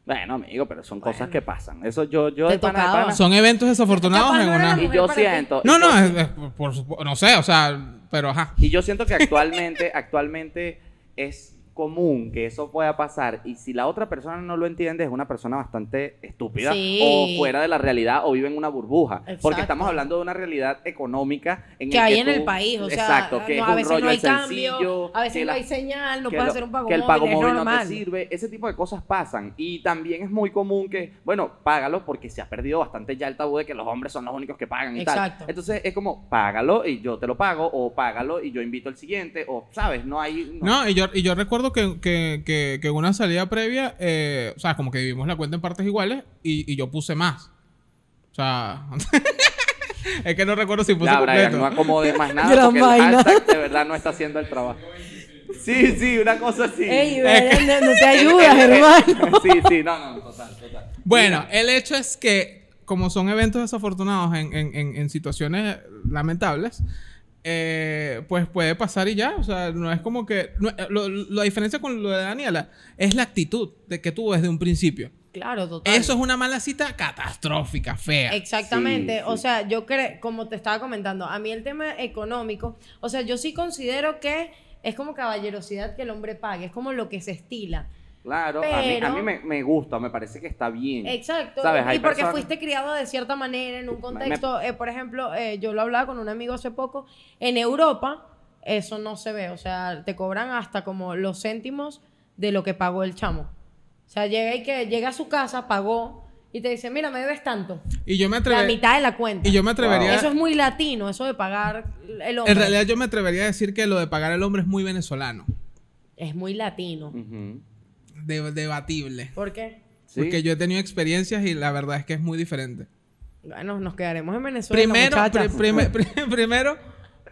Speaker 7: Bueno, amigo, pero son cosas que pasan. Eso yo, yo
Speaker 2: Te
Speaker 7: de pana, de
Speaker 2: tocaba.
Speaker 7: pana-
Speaker 5: Son eventos desafortunados
Speaker 2: Capaz
Speaker 5: en
Speaker 2: no era la
Speaker 5: una...
Speaker 7: Y
Speaker 2: mujer
Speaker 7: yo
Speaker 2: para ti.
Speaker 7: siento.
Speaker 5: No,
Speaker 7: y
Speaker 5: no,
Speaker 7: yo-
Speaker 5: es- es por- por supu- no sé, o sea, pero ajá.
Speaker 7: Y yo siento que actualmente, (laughs) actualmente es común que eso pueda pasar y si la otra persona no lo entiende es una persona bastante estúpida
Speaker 2: Sí.
Speaker 7: o fuera de la realidad o vive en una burbuja porque
Speaker 2: Exacto.
Speaker 7: estamos hablando de una realidad económica en
Speaker 2: que
Speaker 7: el
Speaker 2: hay en
Speaker 7: tú-
Speaker 2: el país, o sea,
Speaker 7: exacto que
Speaker 2: no,
Speaker 7: es
Speaker 2: a
Speaker 7: un
Speaker 2: veces
Speaker 7: rollo
Speaker 2: no hay
Speaker 7: el sencillo,
Speaker 2: cambio, a veces
Speaker 7: que
Speaker 2: no
Speaker 7: la-
Speaker 2: hay señal, no
Speaker 7: que
Speaker 2: puedes
Speaker 7: lo-
Speaker 2: hacer un pago
Speaker 7: que el
Speaker 2: móvil,
Speaker 7: pago
Speaker 2: es
Speaker 7: móvil no te
Speaker 2: normal.
Speaker 7: sirve, ese tipo de cosas pasan y también es muy común que, bueno, págalo porque se ha perdido bastante ya el tabú de que los hombres son los únicos que pagan y
Speaker 2: Exacto.
Speaker 7: tal. Entonces es como págalo y yo te lo pago o págalo y yo invito al siguiente o sabes, no hay
Speaker 5: No, y yo, y yo recuerdo que, que, que, que en una salida previa, eh, o sea, como que dividimos la cuenta en partes iguales y, y yo puse más. O sea, (laughs) es que no recuerdo si puse
Speaker 7: Ya, Brian,
Speaker 5: completo.
Speaker 7: no acomodes
Speaker 2: (laughs)
Speaker 7: más nada
Speaker 2: Gran
Speaker 7: porque
Speaker 2: vaina.
Speaker 7: el hashtag de verdad no está haciendo el trabajo. Sí, sí, una cosa así.
Speaker 2: Ey,
Speaker 5: Es
Speaker 2: Brian,
Speaker 7: (laughs)
Speaker 2: no, no te ayudas, hermano.
Speaker 7: Sí, sí, no, no, total, total.
Speaker 5: Bueno, el hecho es que, como son eventos desafortunados en, en- en- en situaciones lamentables, eh, pues puede pasar y ya. O sea, no es como que. no- eh, lo- lo- la diferencia con lo de Daniela es la actitud de que tuvo desde un principio.
Speaker 2: Claro, total.
Speaker 5: Eso es una mala cita catastrófica, fea.
Speaker 2: Exactamente,
Speaker 7: Sí,
Speaker 2: o
Speaker 7: sí.
Speaker 2: sea, yo creo, como te estaba comentando, a mí el tema económico, o sea, yo sí considero que es como caballerosidad que el hombre pague, es como lo que se estila.
Speaker 7: Claro, a mí, a
Speaker 2: Pero-
Speaker 7: mí me, me gusta, me parece que está bien.
Speaker 2: Exacto.
Speaker 7: ¿Sabes?
Speaker 2: Y
Speaker 7: Hay
Speaker 2: porque
Speaker 7: personas-
Speaker 2: fuiste criado de cierta manera, en un contexto, eh, por ejemplo, eh, yo lo hablaba con un amigo hace poco, en Europa eso no se ve, o sea, te cobran hasta como los céntimos de lo que pagó el chamo. O sea, llega y que llega a su casa, pagó y te dice, mira, me debes tanto,
Speaker 5: Y yo me
Speaker 2: la
Speaker 5: atrevería.
Speaker 2: mitad de la cuenta.
Speaker 5: Y yo me atrevería.
Speaker 2: Eso es muy latino, eso de pagar el hombre.
Speaker 5: En realidad yo me atrevería a decir que lo de pagar al hombre es muy venezolano.
Speaker 2: Es muy latino.
Speaker 7: Ujú.
Speaker 5: De- debatible.
Speaker 2: ¿Por qué?
Speaker 7: Sí.
Speaker 5: Porque yo he tenido experiencias y la verdad es que es muy diferente.
Speaker 2: Bueno, nos quedaremos en Venezuela.
Speaker 5: Primero,
Speaker 2: muchachas.
Speaker 5: pri- prime- (laughs) pri- primero,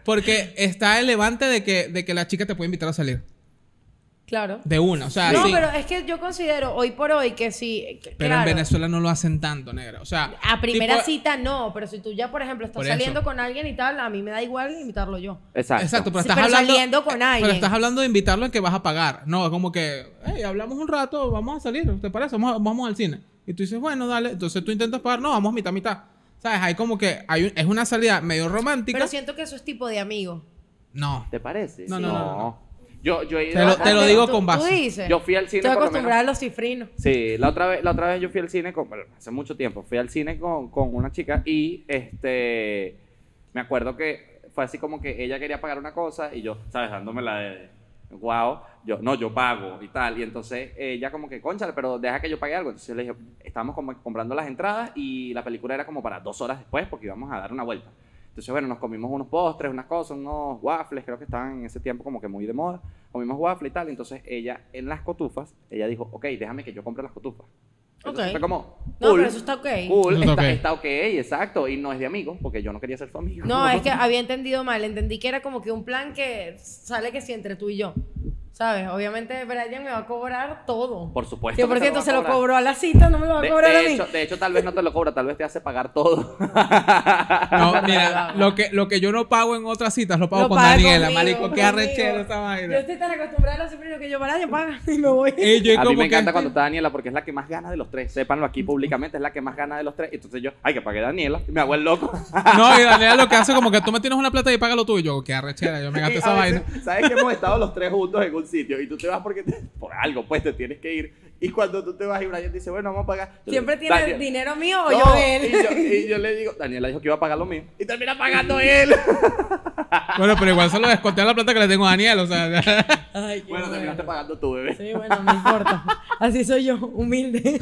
Speaker 5: porque está el levante de que, de que la chica te puede invitar a salir.
Speaker 2: Claro.
Speaker 5: De una, o sea,
Speaker 2: No,
Speaker 5: sí.
Speaker 2: pero es que yo considero hoy por hoy que sí. eh, que-
Speaker 5: Pero en
Speaker 2: claro,
Speaker 5: Venezuela no lo hacen tanto, negra. O sea,
Speaker 2: A primera
Speaker 5: tipo-
Speaker 2: cita no, pero si tú ya, por ejemplo, estás
Speaker 5: Por eso.
Speaker 2: saliendo con alguien y tal, a mí me da igual invitarlo yo.
Speaker 7: Exacto.
Speaker 5: Exacto, pero
Speaker 2: Sí,
Speaker 5: estás
Speaker 2: pero
Speaker 5: hablando.
Speaker 2: saliendo con
Speaker 5: eh,
Speaker 2: alguien.
Speaker 5: Pero estás hablando de invitarlo en que vas a pagar. No, como que, hey, hablamos un rato, vamos a salir, ¿te parece? Vamos, a- vamos al cine. Y tú dices, bueno, dale. Entonces tú intentas pagar, no, vamos mitad, mitad. ¿Sabes? Hay como que hay un- es una salida medio romántica.
Speaker 2: Pero siento que eso es tipo de amigo.
Speaker 5: No.
Speaker 7: ¿Te parece?
Speaker 5: No, no, no, no, no.
Speaker 7: Yo, yo he ido
Speaker 5: Te lo-
Speaker 7: a-
Speaker 5: te lo
Speaker 2: Ah,
Speaker 5: digo
Speaker 2: tú-
Speaker 5: con base.
Speaker 2: Tú dices.
Speaker 7: Yo fui al cine
Speaker 2: Estoy
Speaker 7: por lo
Speaker 2: acostumbrada a los cifrinos.
Speaker 7: Sí, la otra vez, la otra vez yo fui al cine con, bueno, hace mucho tiempo, fui al cine con, con una chica y este me acuerdo que fue así como que ella quería pagar una cosa y yo, sabes, dándome la de wow, yo no, yo pago y tal. Y entonces ella como que, conchale, pero deja que yo pague algo. Entonces yo le dije, estábamos como comprando las entradas y la película era como para dos horas después porque íbamos a dar una vuelta. Entonces, bueno, nos comimos unos postres, unas cosas, unos waffles, creo que estaban en ese tiempo como que muy de moda. Comimos waffles y tal. Entonces, ella en las cotufas, ella dijo, ok, déjame que yo compre las cotufas. Entonces,
Speaker 2: Ok.
Speaker 7: fue como,
Speaker 2: No,
Speaker 7: cool,
Speaker 2: pero eso está ok.
Speaker 7: cool,
Speaker 5: Eso
Speaker 7: está,
Speaker 5: está
Speaker 7: está ok.
Speaker 5: ok.
Speaker 7: exacto. Y no es de amigos, porque yo no quería ser su amigo.
Speaker 2: No, es
Speaker 7: (laughs)
Speaker 2: que había entendido mal. Entendí que era como que un plan que sale que sí entre tú y yo. ¿Sabes? Obviamente Brian me va a cobrar todo.
Speaker 7: Por supuesto que
Speaker 2: 100%
Speaker 7: te lo va a
Speaker 2: se lo
Speaker 7: cobrar.
Speaker 2: cobró a la cita, no me lo va a
Speaker 7: De,
Speaker 2: cobrar
Speaker 7: de
Speaker 2: a mí.
Speaker 7: hecho, de hecho, tal vez no te lo cobra, tal vez te hace pagar todo.
Speaker 2: (laughs)
Speaker 5: No, mira, lo que, lo que yo no pago en otras citas lo pago
Speaker 2: Lo
Speaker 5: con
Speaker 2: paga
Speaker 5: Daniela,
Speaker 2: conmigo,
Speaker 5: marico. Qué
Speaker 2: conmigo.
Speaker 5: arrechero esta
Speaker 2: Yo
Speaker 5: vaina. Eh,
Speaker 2: estoy tan acostumbrada a los cifrinos que yo, Brian, paga (laughs) y me voy.
Speaker 5: Y (laughs) yo
Speaker 7: a mí
Speaker 5: como
Speaker 7: me
Speaker 5: que-
Speaker 7: encanta cuando está Daniela porque es la que más gana de los tres. Sépanlo aquí públicamente, es la que más gana de los tres. Entonces yo, ay, que pague Daniela. Y me hago el loco.
Speaker 5: No, y Daniela lo que hace como que tú me tienes una plata y págalo tú. Y yo, qué arrechera, yo me
Speaker 7: Y
Speaker 5: gasté
Speaker 7: a
Speaker 5: esa
Speaker 7: veces,
Speaker 5: vaina.
Speaker 7: Sabes que hemos estado los tres juntos en un sitio y tú te vas porque te- por algo, pues te tienes que ir. Y cuando tú te vas y Brian dice, bueno, vamos a pagar. Yo le
Speaker 2: Siempre
Speaker 7: digo,
Speaker 2: tiene
Speaker 7: "Daniel".
Speaker 2: dinero mío o
Speaker 7: No,
Speaker 2: yo de él.
Speaker 7: Y yo, y yo le digo, Daniela dijo que iba a pagar lo mío. Y termina pagando él.
Speaker 5: Bueno, pero igual se lo desconté a la plata que le tengo a Daniel, o sea.
Speaker 2: (laughs)
Speaker 5: (laughs)
Speaker 2: Ay, qué
Speaker 7: bueno, terminaste pagando tú, bebé.
Speaker 2: Sí, bueno, no importa. Así soy yo, humilde.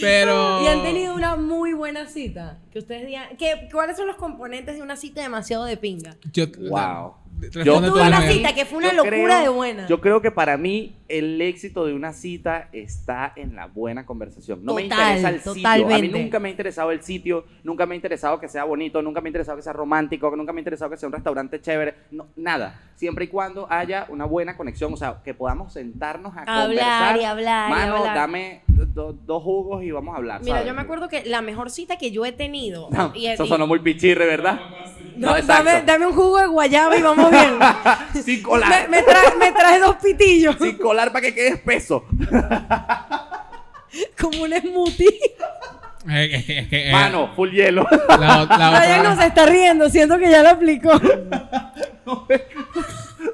Speaker 5: Pero.
Speaker 2: (laughs) Y han tenido una muy buena cita. Que ustedes digan, que, ¿cuáles son los componentes de una cita demasiado de pinga?
Speaker 5: Yo,
Speaker 7: Wow.
Speaker 5: Responde
Speaker 7: Yo
Speaker 5: tú,
Speaker 2: Tuve una
Speaker 5: Daniel.
Speaker 2: cita que fue una
Speaker 7: Yo
Speaker 2: locura
Speaker 7: creo-
Speaker 2: de buena.
Speaker 7: Yo creo que para mí el éxito de una cita está en la buena conversación. No me
Speaker 2: Total,
Speaker 7: interesa el sitio. A mí
Speaker 2: totalmente.
Speaker 7: nunca me ha interesado el sitio, nunca me ha interesado que sea bonito, nunca me ha interesado que sea romántico, nunca me ha interesado que sea un restaurante chévere, no, nada. Siempre y cuando haya una buena conexión, o sea, que podamos sentarnos a
Speaker 2: Hablar
Speaker 7: conversar.
Speaker 2: y hablar y
Speaker 7: Mano,
Speaker 2: hablar.
Speaker 7: dame do- do- dos jugos y vamos a hablar.
Speaker 2: Mira,
Speaker 7: ¿sabes?
Speaker 2: yo me acuerdo que la mejor cita que yo he tenido.
Speaker 7: No,
Speaker 2: y-
Speaker 7: eso
Speaker 2: y-
Speaker 7: sonó muy pichirre, ¿verdad?
Speaker 2: No,
Speaker 7: exacto.
Speaker 2: dame, dame un jugo de guayaba y vamos
Speaker 5: (laughs)
Speaker 2: bien.
Speaker 7: Sin
Speaker 2: me,
Speaker 7: colar.
Speaker 2: me trae, me trae dos pitillos.
Speaker 7: Sin colar para que quede espeso.
Speaker 2: (laughs) Como un smoothie.
Speaker 5: Eh, Es que, es que, eh,
Speaker 7: Mano, full hielo.
Speaker 5: La, o- la
Speaker 2: Brian
Speaker 5: otra-
Speaker 2: no se está riendo, siento que ya lo aplicó.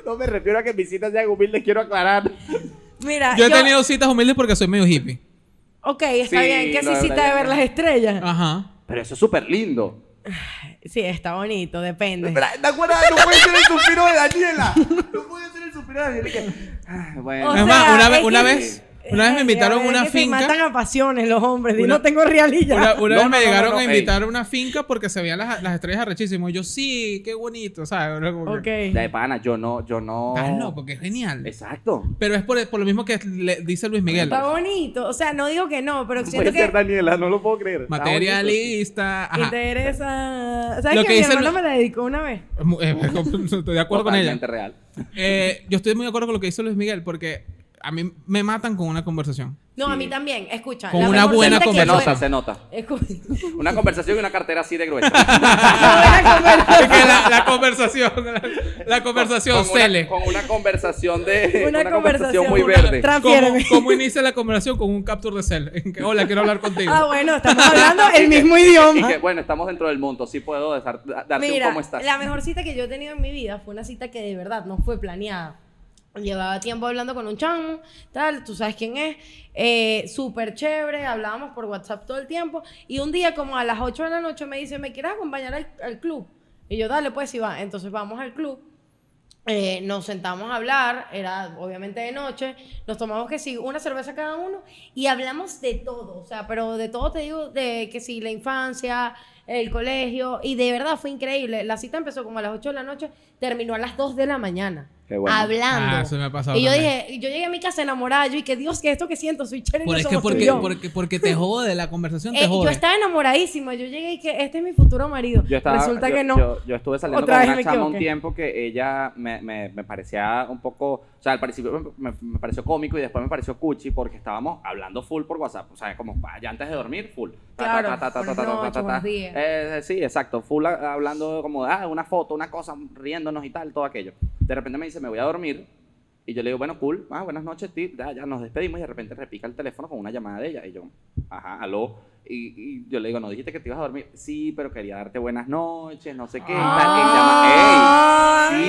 Speaker 7: No me refiero a que mis citas sean humildes, quiero aclarar.
Speaker 2: Mira,
Speaker 5: Yo he tenido citas humildes porque soy medio hippie.
Speaker 2: Ok, está
Speaker 7: Sí,
Speaker 2: bien, que
Speaker 7: lo
Speaker 2: sí
Speaker 7: de
Speaker 2: cita
Speaker 7: Brian.
Speaker 2: de ver las estrellas.
Speaker 5: Ajá.
Speaker 7: Pero eso es súper lindo.
Speaker 2: Sí, está bonito, depende.
Speaker 7: Pero, ¿te acuerdas? No puede ser el suspiro de Daniela. No puede ser el suspiro de Daniela. y que, ah, bueno.
Speaker 2: O
Speaker 5: Es más, una
Speaker 2: es
Speaker 5: vez-
Speaker 2: que-
Speaker 5: una vez- una vez me
Speaker 2: Ay,
Speaker 5: invitaron
Speaker 2: ya
Speaker 5: a una
Speaker 2: ves que
Speaker 5: finca.
Speaker 2: Se matan a pasiones los hombres. di,
Speaker 5: Una-
Speaker 2: no tengo realidad. (laughs)
Speaker 5: Una, una
Speaker 7: No,
Speaker 5: vez me
Speaker 7: no, no,
Speaker 5: llegaron
Speaker 7: no,
Speaker 5: a
Speaker 7: no,
Speaker 5: invitar a una finca porque se veían las, las estrellas arrechísimas. Y yo, sí, qué bonito, ¿sabes? Era como que,
Speaker 7: De
Speaker 2: ok.
Speaker 7: pana, yo no, yo no.
Speaker 5: "Estás loco, que Ah, es genial.
Speaker 7: Exacto.
Speaker 5: Pero es por, por lo mismo que le dice Luis Miguel.
Speaker 2: Está bonito. O sea, no digo que no, pero
Speaker 7: No
Speaker 2: siento
Speaker 7: puede ser
Speaker 2: que
Speaker 7: Daniela, no lo puedo creer. Está bonito.
Speaker 5: Materialista. Ajá.
Speaker 2: interesa. ¿Sabes
Speaker 5: Lo
Speaker 2: que,
Speaker 5: que
Speaker 2: mi
Speaker 5: dice
Speaker 2: hermano
Speaker 5: Lu-
Speaker 2: me la dedicó una vez?
Speaker 5: Eh, (laughs) Estoy de acuerdo con ella.
Speaker 7: Totalmente real.
Speaker 5: Eh, yo estoy muy de acuerdo con lo que hizo Luis Miguel porque a mí me matan con una
Speaker 7: (laughs)
Speaker 5: conversación.
Speaker 2: No, a mí también. Escucha.
Speaker 5: Con
Speaker 2: la
Speaker 5: una
Speaker 2: mejor
Speaker 5: buena
Speaker 2: cita que
Speaker 7: Se
Speaker 2: yo-
Speaker 7: nota,
Speaker 5: conversación.
Speaker 7: se nota.
Speaker 2: Escucha.
Speaker 7: Una conversación y una cartera así de
Speaker 5: (laughs)
Speaker 7: gruesa.
Speaker 2: Una buena
Speaker 5: Es que
Speaker 2: conversación.
Speaker 5: la, la conversación, la, la conversación
Speaker 7: Con una-
Speaker 5: cele.
Speaker 7: Con una conversación de.
Speaker 2: (laughs) Una
Speaker 7: Una conversación
Speaker 2: conversación,
Speaker 7: muy
Speaker 2: una
Speaker 7: verde.
Speaker 2: tra-
Speaker 5: ¿Cómo,
Speaker 2: Transfiéreme.
Speaker 5: cómo inicia la conversación con un capture de cel? En que, Hola, quiero hablar contigo.
Speaker 2: Ah, bueno, estamos hablando el
Speaker 5: (laughs)
Speaker 2: mismo
Speaker 7: Y
Speaker 2: idioma.
Speaker 7: que, bueno, estamos dentro del mundo, sí puedo dar- darte
Speaker 2: Mira,
Speaker 7: un cómo estás.
Speaker 2: la mejor cita que yo he tenido en mi vida fue una cita que de verdad no fue planeada. Llevaba tiempo hablando con un chamo, tal, tú sabes quién es, eh, súper chévere, hablábamos por WhatsApp todo el tiempo. Y un día, como a las 8 de la noche, me dice, ¿me quieres acompañar al, al club? Y yo, dale, pues, y va. Entonces vamos al club. Eh, nos sentamos a hablar, era obviamente de noche, nos tomamos que sí, una cerveza cada uno y hablamos de todo, o sea, pero de todo te digo, de que sí, la infancia, el colegio. Y de verdad fue increíble. La cita empezó como a las 8 de la noche, terminó a las 2 de la mañana.
Speaker 7: Qué bueno.
Speaker 2: Hablando.
Speaker 5: Ah, eso me ha pasado
Speaker 2: y yo
Speaker 5: también.
Speaker 2: dije, y yo llegué a mi casa enamorada, yo y que Dios, que esto que siento, soy chévere. y
Speaker 5: Por
Speaker 2: no
Speaker 5: es que
Speaker 2: somos tú y
Speaker 5: porque,
Speaker 2: yo".
Speaker 5: porque, porque te jode, la conversación te
Speaker 2: Eh, yo
Speaker 5: jode.
Speaker 2: estaba enamoradísima, yo llegué y que este es mi futuro marido.
Speaker 7: Yo estaba-
Speaker 2: Resulta
Speaker 7: yo-
Speaker 2: que no.
Speaker 7: Yo, yo estuve saliendo
Speaker 2: Otra
Speaker 7: con
Speaker 2: vez
Speaker 7: una
Speaker 2: me
Speaker 7: chama un
Speaker 2: equivoqué.
Speaker 7: tiempo que ella me, me- me parecía un poco. O sea, al principio me, me- me pareció cómico y después me pareció cuchi porque estábamos hablando full por WhatsApp. O sea, como ya antes de dormir, full.
Speaker 2: Claro, buenas noches, buenos días.
Speaker 7: Eh, eh, sí, exacto. Full a- hablando como, ah, una foto, una cosa, riéndonos y tal, todo aquello. De repente me dice, me voy a dormir. Y yo le digo, bueno, cool, ah, buenas noches, ti- ya, ya nos despedimos y de repente repica el teléfono con una llamada de ella. Y yo, ajá, aló. Y, y yo le digo, no dijiste que te ibas a dormir. Sí, pero quería darte buenas noches, no sé qué. tal, que llama- ¡Ey!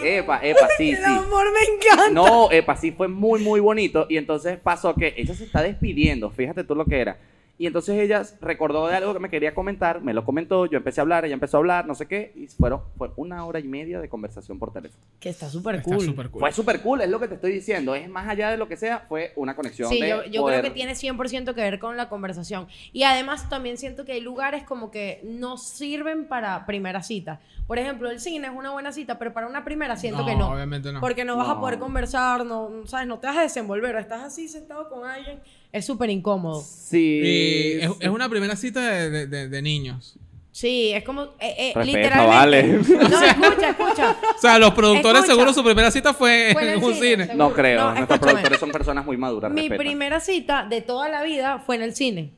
Speaker 7: Sí, epa, epa, sí,
Speaker 2: Ah. El
Speaker 7: sí.
Speaker 2: amor me encanta.
Speaker 7: No, epa, sí fue muy, muy bonito. Y entonces pasó que ella se está despidiendo, fíjate tú lo que era. Y entonces ella recordó de algo que me quería comentar, me lo comentó, yo empecé a hablar, ella empezó a hablar, no sé qué, y fueron, fue una hora y media de conversación por teléfono.
Speaker 2: Que está súper
Speaker 5: Está
Speaker 2: cool. Pues
Speaker 5: súper cool.
Speaker 7: Fue súper cool, es lo que te estoy diciendo. Es más allá de lo que sea, fue una conexión.
Speaker 2: Sí,
Speaker 7: de
Speaker 2: yo, yo
Speaker 7: poder-
Speaker 2: creo que tiene 100% que ver con la conversación. Y además también siento que hay lugares como que no sirven para primera cita. Por ejemplo, el cine es una buena cita, pero para una primera siento que no.
Speaker 5: Obviamente no.
Speaker 2: Porque no vas a poder
Speaker 7: No.
Speaker 2: conversar, no, ¿sabes? no te vas a desenvolver, estás así sentado con alguien. Es súper incómodo.
Speaker 7: Sí.
Speaker 5: Y es, es una primera cita de, de- de- de niños.
Speaker 2: Sí, es como, eh, eh,
Speaker 7: Respeta,
Speaker 2: literalmente.
Speaker 7: vale.
Speaker 2: No,
Speaker 7: (laughs)
Speaker 2: escucha, escucha.
Speaker 5: O sea, los productores
Speaker 2: Escucha.
Speaker 5: seguro su primera cita fue en
Speaker 2: Fue en el
Speaker 5: un
Speaker 2: cine,
Speaker 5: cine.
Speaker 2: seguro.
Speaker 7: No creo,
Speaker 2: No,
Speaker 7: nuestros
Speaker 2: escúchame.
Speaker 7: productores son personas muy maduras.
Speaker 2: Mi
Speaker 7: respetan.
Speaker 2: primera cita de toda la vida fue en el cine.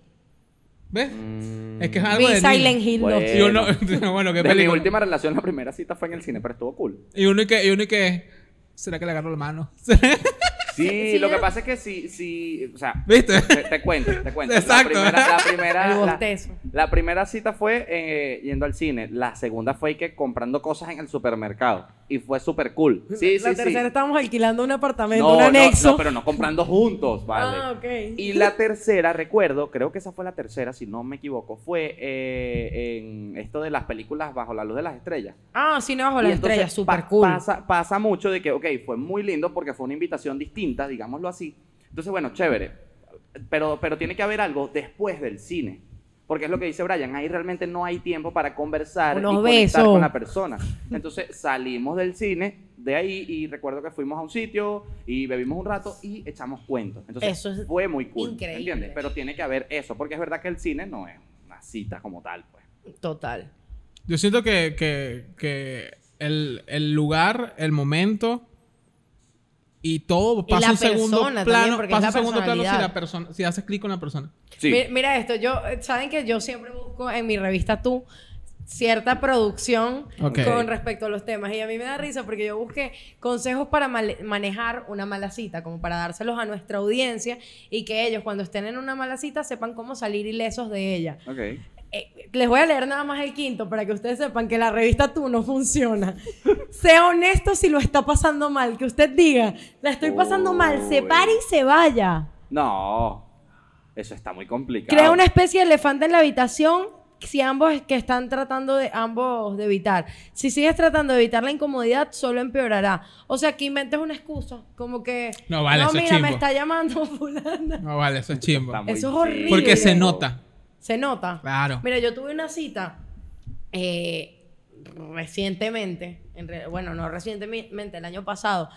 Speaker 5: ¿Ves? Es que es algo
Speaker 2: Vi
Speaker 5: de
Speaker 2: Silent
Speaker 5: niños.
Speaker 2: Hill
Speaker 7: Bueno.
Speaker 2: 2.
Speaker 7: Hill.
Speaker 5: Y uno, (laughs) bueno, qué
Speaker 7: De mi
Speaker 5: película.
Speaker 7: última relación, la primera cita fue en el cine, pero estuvo cool.
Speaker 5: Y uno y que, y uno y que, ¿será que le agarró la mano? (laughs)
Speaker 7: Sí,
Speaker 2: sí,
Speaker 7: lo que
Speaker 2: ¿no?
Speaker 7: pasa es que sí, sí, o sea,
Speaker 5: ¿Viste?
Speaker 7: te, te cuento, te cuento.
Speaker 5: Exacto.
Speaker 7: La primera, la primera-
Speaker 2: El
Speaker 7: la-
Speaker 2: bostezo.
Speaker 7: la primera cita fue eh, yendo al cine, la segunda fue que comprando cosas en el supermercado y fue súper cool. Sí,
Speaker 2: la
Speaker 7: sí,
Speaker 2: tercera
Speaker 7: sí.
Speaker 2: estábamos alquilando un apartamento,
Speaker 7: no,
Speaker 2: un
Speaker 7: no,
Speaker 2: anexo.
Speaker 7: no, pero no comprando juntos, vale.
Speaker 2: Ah, ok.
Speaker 7: Y la tercera, recuerdo, creo que esa fue la tercera, si no me equivoco, fue eh, en esto de las películas Bajo la Luz de las Estrellas.
Speaker 2: Ah, sí, no, bajo
Speaker 7: Y
Speaker 2: la
Speaker 7: entonces
Speaker 2: estrella, súper
Speaker 7: pa-
Speaker 2: cool.
Speaker 7: Pasa, pasa mucho de que, ok, fue muy lindo porque fue una invitación distinta, digámoslo así. Entonces, bueno, chévere. Pero, pero tiene que haber algo después del cine. Porque es lo que dice Brian, ahí realmente no hay tiempo para conversar
Speaker 2: Unos
Speaker 7: y conectar
Speaker 2: besos.
Speaker 7: con la persona. Entonces salimos del cine de ahí y recuerdo que fuimos a un sitio y bebimos un rato y echamos cuentos. Entonces
Speaker 2: Eso es
Speaker 7: fue muy cool,
Speaker 2: increíble.
Speaker 7: ¿entiendes? Pero tiene que haber eso, porque es verdad que el cine no es una cita como tal, pues.
Speaker 2: Total.
Speaker 5: Yo siento que, que, que el, el lugar, el momento y todo pasa
Speaker 2: la
Speaker 5: a un segundo
Speaker 2: persona también,
Speaker 5: plano.
Speaker 2: porque es
Speaker 5: pasa
Speaker 2: la
Speaker 5: a un segundo plano si
Speaker 2: personalidad.
Speaker 5: la persona, si haces clic con la persona.
Speaker 7: Sí.
Speaker 2: Mi- Mira esto, yo, saben que yo siempre busco en mi revista Tú cierta producción
Speaker 5: Ok.
Speaker 2: con respecto a los temas y a mí me da risa porque yo busqué consejos para male- manejar una mala cita, como para dárselos a nuestra audiencia y que ellos cuando estén en una mala cita sepan cómo salir ilesos de ella.
Speaker 7: Ok.
Speaker 2: Eh, les voy a leer nada más el quinto para que ustedes sepan que la revista Tú no
Speaker 5: (laughs)
Speaker 2: funciona. sea honesto si lo está pasando mal, que usted diga, la estoy pasando mal, se
Speaker 7: Uy.
Speaker 2: pare y se vaya.
Speaker 7: No, eso está muy complicado.
Speaker 2: Crea una especie de elefante en la habitación si ambos que están tratando de ambos de evitar. Si sigues tratando de evitar la incomodidad, solo empeorará. O sea, que inventes una excusa, como que
Speaker 5: No, vale, eso es
Speaker 2: mira, me
Speaker 5: chimbo".
Speaker 2: está llamando (laughs) fulana.
Speaker 5: No vale, eso es chimbo.
Speaker 7: Está muy
Speaker 2: Eso es
Speaker 7: chido.
Speaker 2: horrible.
Speaker 5: Porque se nota.
Speaker 2: Se nota.
Speaker 5: Claro.
Speaker 2: Mira, yo tuve una cita eh, recientemente, en re- bueno, no recientemente, el año pasado,